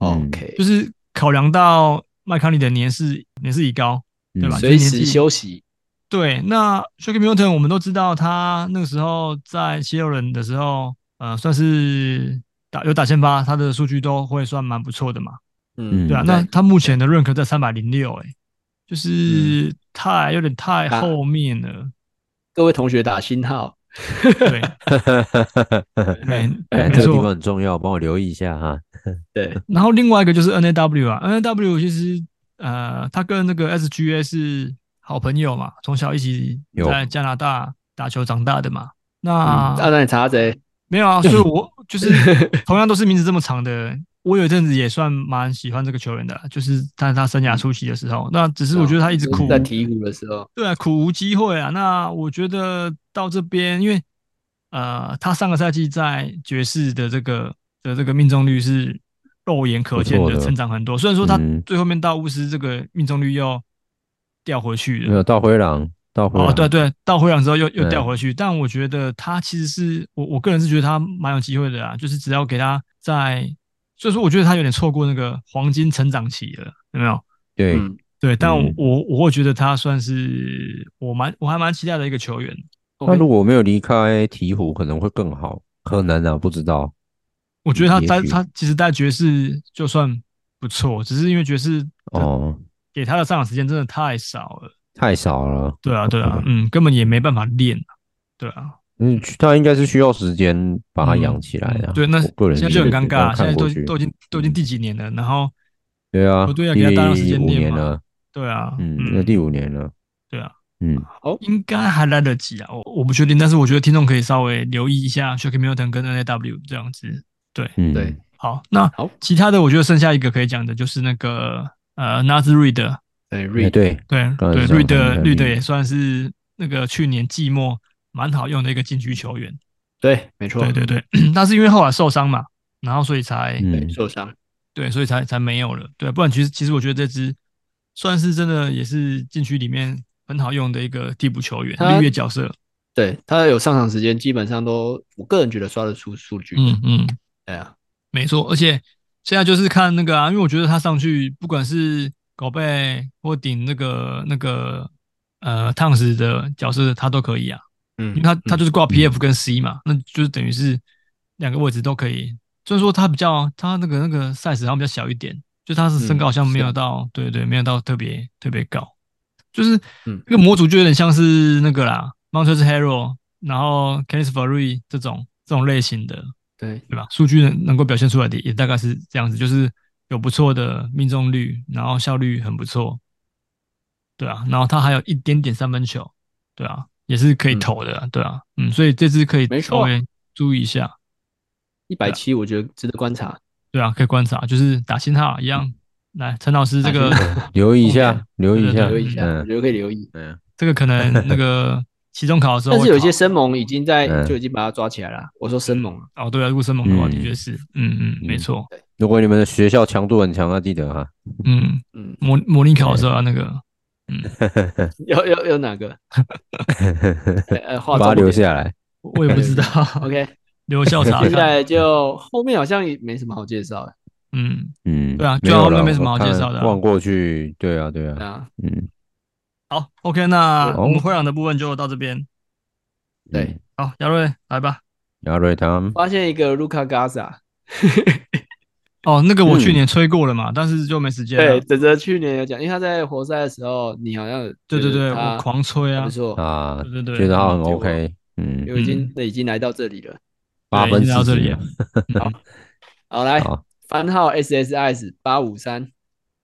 Speaker 5: 哦 OK，
Speaker 2: 就是考量到麦康利的年事年事已高，对吧？
Speaker 4: 嗯
Speaker 5: 随
Speaker 2: 就是
Speaker 5: 时
Speaker 2: 年纪
Speaker 5: 休息。
Speaker 2: 对，那 s h a k i Milton 我们都知道，他那个时候在七六人的时候，呃，算是打有打先发，他的数据都会算蛮不错的嘛。
Speaker 5: 嗯，
Speaker 2: 对啊，那他目前的认可在三百零六，哎，就是太有点太
Speaker 5: 打
Speaker 2: 后面了。
Speaker 5: 各位同学打星号，
Speaker 2: 对，没
Speaker 4: 哎，
Speaker 2: 没
Speaker 4: 这个地方
Speaker 2: 错。
Speaker 4: 很重要，帮我留意一下哈。
Speaker 5: 对，
Speaker 2: 然后另外一个就是 NAW 啊，NAW 其实呃，他跟那个 SGA 是好朋友嘛，从小一起
Speaker 4: 有
Speaker 2: 在加拿大打球长大的嘛。那、
Speaker 5: 啊，那你查谁？
Speaker 2: 没有啊，所以我就是同样都是名字这么长的，我有一阵子也算蛮喜欢这个球员的，就是在他生涯初期的时候，那只是我觉得他一直
Speaker 5: 就是
Speaker 2: 苦，
Speaker 5: 在鹈鹕的时候，
Speaker 2: 对啊，苦无机会啊。那我觉得到这边，因为呃，他上个赛季在爵士的这个的这个命中率是肉眼可见
Speaker 4: 不错
Speaker 2: 的
Speaker 4: 的
Speaker 2: 成长很多，虽然说他
Speaker 4: 嗯
Speaker 2: 最后面到巫师这个命中率又掉回去
Speaker 4: 没
Speaker 2: 了。
Speaker 4: 有到灰狼，到灰
Speaker 2: 哦，
Speaker 4: 狼。
Speaker 2: 对对，到灰狼之后又又掉
Speaker 4: 对
Speaker 2: 回去，但我觉得他其实是我我个人是觉得他蛮有机会的啊，就是只要给他在，所以说我觉得他有点错过那个黄金成长期了，有没有？
Speaker 4: 对，
Speaker 5: 嗯，
Speaker 2: 对，但我
Speaker 4: 嗯
Speaker 2: 我我会觉得他算是我蛮我还蛮期待的一个球员。
Speaker 4: 那如果没有离开鹈鹕，可能会更好，可能啊，不知道。
Speaker 2: 我觉得他
Speaker 4: 嗯也
Speaker 2: 在
Speaker 4: 许
Speaker 2: 他其实在爵士就算不错，只是因为爵士哦
Speaker 4: 哦，
Speaker 2: 给他的上场时间真的太少了。
Speaker 4: 太少了。
Speaker 2: 对啊，对啊，嗯，根本也没办法练啊。对啊，
Speaker 4: 嗯，他应该是需要时间把它养起来的、
Speaker 2: 嗯对，那
Speaker 4: 我个人
Speaker 2: 现在就很尴尬啊，现在
Speaker 4: 看
Speaker 2: 都
Speaker 4: 过
Speaker 2: 已经
Speaker 4: 去嗯
Speaker 2: 都已经都已经第几年了，然后
Speaker 4: 对啊，
Speaker 2: 球队要给他大量时
Speaker 4: 第
Speaker 2: 间
Speaker 4: 五
Speaker 2: 练
Speaker 4: 年
Speaker 2: 嘛
Speaker 4: 了，
Speaker 2: 对啊，
Speaker 4: 嗯，那第五年了，
Speaker 2: 对啊，
Speaker 4: 嗯，
Speaker 2: 应该还来得及啊，我我不确定，但是我觉得听众可以稍微留意一下 Shaq Milton 跟 NAW 这样子。
Speaker 4: 嗯
Speaker 5: 对，
Speaker 2: 好，那
Speaker 5: 好
Speaker 2: 其他的我觉得剩下一个可以讲的就是那个呃 Nas Reed，
Speaker 5: 对
Speaker 4: 哎
Speaker 5: ，Reed，
Speaker 4: 对，
Speaker 2: 对
Speaker 4: 刚
Speaker 2: 对
Speaker 4: 才讲到
Speaker 2: ，Reed
Speaker 4: 他
Speaker 2: Reed 也算是那个去年季末蛮好用的一个禁区球员，
Speaker 5: 对，没错，
Speaker 2: 对对对， 但是因为后来受伤嘛，然后所以才、
Speaker 5: 对，
Speaker 4: 嗯，
Speaker 5: 受伤，
Speaker 2: 对，所以才才没有了，对，不然其实其实我觉得这支算是真的也是禁区里面很好用的一个替补球员，
Speaker 5: 他
Speaker 2: 绿叶角色，
Speaker 5: 对他有上场时间，基本上都，我个人觉得刷得出数据，
Speaker 2: 嗯嗯，
Speaker 5: 对啊，
Speaker 2: 没错，而且现在就是看那个啊，因为我觉得他上去不管是狗贝或顶那个那个呃烫死的角色，他都可以啊，因
Speaker 5: 嗯
Speaker 2: 为他他就是挂 PF 跟 C 嘛，那就是等于是两个位置都可以。虽然说他比较他那个那个 size 好像比较小一点，就他是
Speaker 5: 嗯
Speaker 2: 身高好像没有到，对对，没有到特别特别高。就是
Speaker 5: 嗯
Speaker 2: 那个模组就有点像是那个啦 m o n t r e s Hero，然后 Kenneth f a r y 这种这种类型的，
Speaker 5: 对，
Speaker 2: 对吧？数据能能够表现出来的也大概是这样子，就是有不错的命中率，然后效率很不错，对啊，然后他还有一点点三分球，对啊，也是可以投的，对啊，嗯，所以这支可以
Speaker 5: 没
Speaker 2: 稍
Speaker 5: 错
Speaker 2: 微注意一下，
Speaker 5: 一百七我觉得值得观察。
Speaker 2: 对啊，可以观察，就是打信号一
Speaker 5: 嗯
Speaker 2: 样。来，陈老师，这个
Speaker 4: 留意一下，留意一下，
Speaker 5: 留意一下，我
Speaker 4: 嗯
Speaker 5: 觉得可以留意。
Speaker 4: 嗯，
Speaker 2: 这个可能那 个期中考的时候
Speaker 5: 但
Speaker 2: 会考，
Speaker 5: 是有一些生猛已经在
Speaker 4: 嗯
Speaker 5: 就已经把它抓起来了。我说生猛啊，
Speaker 2: 哦，对啊，入生猛的话，
Speaker 4: 嗯
Speaker 2: 的确是，嗯嗯，没错，
Speaker 4: 如果你们的学校强度很强，那记得哈，
Speaker 2: 嗯，
Speaker 5: 嗯，
Speaker 2: 模模拟考的时候要那个，
Speaker 5: 有有有哪个？呃呃，
Speaker 4: 把
Speaker 5: 化
Speaker 4: 它
Speaker 5: 妆
Speaker 4: 留下来。
Speaker 2: 我也不知道，
Speaker 5: OK，
Speaker 2: 留校查
Speaker 5: 接下
Speaker 2: 看，
Speaker 5: 来就后面好像也没什么好介绍了。
Speaker 2: 嗯，
Speaker 4: 嗯，
Speaker 2: 对啊
Speaker 4: 没有
Speaker 2: 就好像
Speaker 4: 啦
Speaker 2: 没什么好
Speaker 4: 我看
Speaker 2: 介绍的啊
Speaker 4: 望过去，对啊，对
Speaker 5: 对
Speaker 4: 啊，
Speaker 5: 啊，
Speaker 4: 嗯，
Speaker 2: 好，OK，那
Speaker 4: 好
Speaker 2: 我们会长的部分就到这边。
Speaker 5: 对，
Speaker 2: 好，亚瑞来吧。
Speaker 4: 亚瑞他们
Speaker 5: 发现一个 Luca Gaza，
Speaker 2: 哦，那个我
Speaker 4: 嗯
Speaker 2: 去年吹过了嘛，但是就没时间了
Speaker 5: 对，。泽泽去年有讲，因为他在活塞的时候，你好像有
Speaker 2: 对对
Speaker 5: 觉
Speaker 2: 对，
Speaker 5: 得他
Speaker 2: 我狂吹
Speaker 5: 还
Speaker 2: 啊
Speaker 5: 不，错，
Speaker 4: 啊，
Speaker 2: 对对对，
Speaker 4: 觉得他很
Speaker 5: 结果
Speaker 4: OK，嗯，
Speaker 5: 有已经已经来到这里了。
Speaker 4: 八
Speaker 2: 对已
Speaker 4: 分
Speaker 2: 经到这里了
Speaker 4: 49，
Speaker 5: 好，来
Speaker 4: 好
Speaker 5: 番号 SSIS 八五三，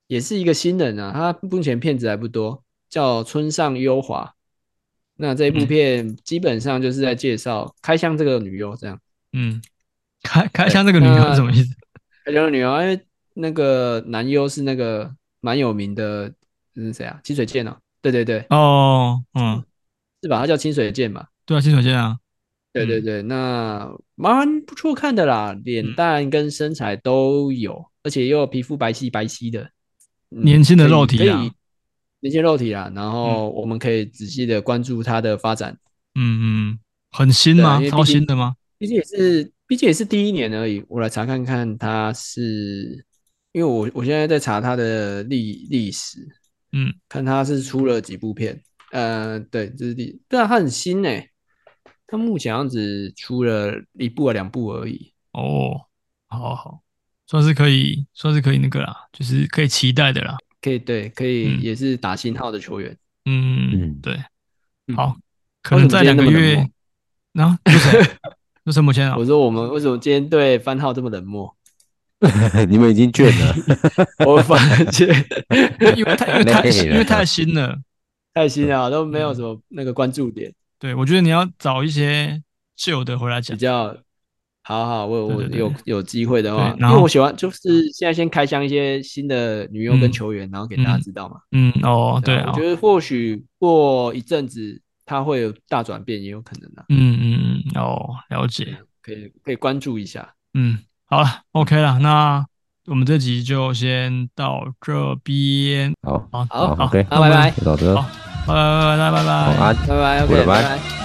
Speaker 5: 也是一个新人啊，他目前片子还不多，叫村上优华。那这一
Speaker 2: 嗯
Speaker 5: 部片基本上就是在介绍开箱这个女优，这样
Speaker 2: 嗯，开开箱这个女优是什么意思？
Speaker 5: 开箱的女优，因为那个男优是那个蛮有名的，那是谁啊？清水健哦，对对对，
Speaker 2: 哦，嗯，
Speaker 5: 是吧？他叫清水健嘛，
Speaker 2: 对啊，清水健啊，
Speaker 5: 对对
Speaker 2: 嗯
Speaker 5: 对，那蛮不错看的啦，脸
Speaker 2: 嗯
Speaker 5: 蛋跟身材都有，而且又皮肤白皙白皙的，嗯
Speaker 2: 年轻的肉
Speaker 5: 可以
Speaker 2: 体啊嗯
Speaker 5: 可以年轻肉体啦。然后我们可以仔细的关注它的发展，
Speaker 2: 嗯嗯，很新吗
Speaker 5: 对啊因？为
Speaker 2: 超
Speaker 5: 毕竟
Speaker 2: 新的吗？
Speaker 5: 毕竟也是毕竟也是第一年而已。我来查看看它是，因为我我现在在查它的历历史，
Speaker 2: 嗯，
Speaker 5: 看它是出了几部片。呃，对，这是第，对啊，它很新诶、它目前好像只出了一部啊两部而已。
Speaker 2: 哦，好好好，算是可以，算是可以那个啦，就是可以期待的啦。
Speaker 5: 可以，对，可以，
Speaker 2: 嗯
Speaker 5: 也是打星号的球员。
Speaker 2: 嗯
Speaker 4: 嗯，
Speaker 2: 对，
Speaker 5: 嗯
Speaker 2: 好，可能在两个
Speaker 5: 为什么今天那么冷
Speaker 2: 月
Speaker 5: 漠，
Speaker 2: 然后有谁？有什么 钱啊
Speaker 5: 我？说我们为什么今天对番号这么冷漠？
Speaker 4: 你们已经倦了，
Speaker 5: 我发现
Speaker 2: 因为太因为太
Speaker 4: 累了
Speaker 2: 因为太新了。
Speaker 5: 太新了，都没
Speaker 2: 嗯
Speaker 5: 有什么那个关注点，
Speaker 2: 对，我觉得你要找一些旧的回来
Speaker 5: 比
Speaker 2: 讲。
Speaker 5: 较好好。我我
Speaker 2: 对对对
Speaker 5: 有有机会的话
Speaker 2: 对，
Speaker 5: 因
Speaker 2: 然
Speaker 5: 为
Speaker 2: 后
Speaker 5: 我喜欢就是现在先开箱一些新的女优
Speaker 2: 嗯
Speaker 5: 跟球员，然后给大家知道嘛。
Speaker 2: 嗯，哦，对
Speaker 5: 啊
Speaker 2: 啊
Speaker 5: 我，觉得或许过一阵子他会有大转变，也有可能的，啊
Speaker 2: 嗯嗯嗯，哦，了解。
Speaker 5: 可以可以关注一下。
Speaker 2: 嗯，好了，OK 了，那我们这集就先到这边。
Speaker 4: 好，
Speaker 2: 好，
Speaker 5: 好
Speaker 4: 好，OK，
Speaker 5: 好，拜拜，
Speaker 4: 老德，
Speaker 2: 好拜拜拜拜拜拜。
Speaker 4: 好安。
Speaker 5: 拜拜，OK，
Speaker 4: 拜拜
Speaker 5: 拜拜。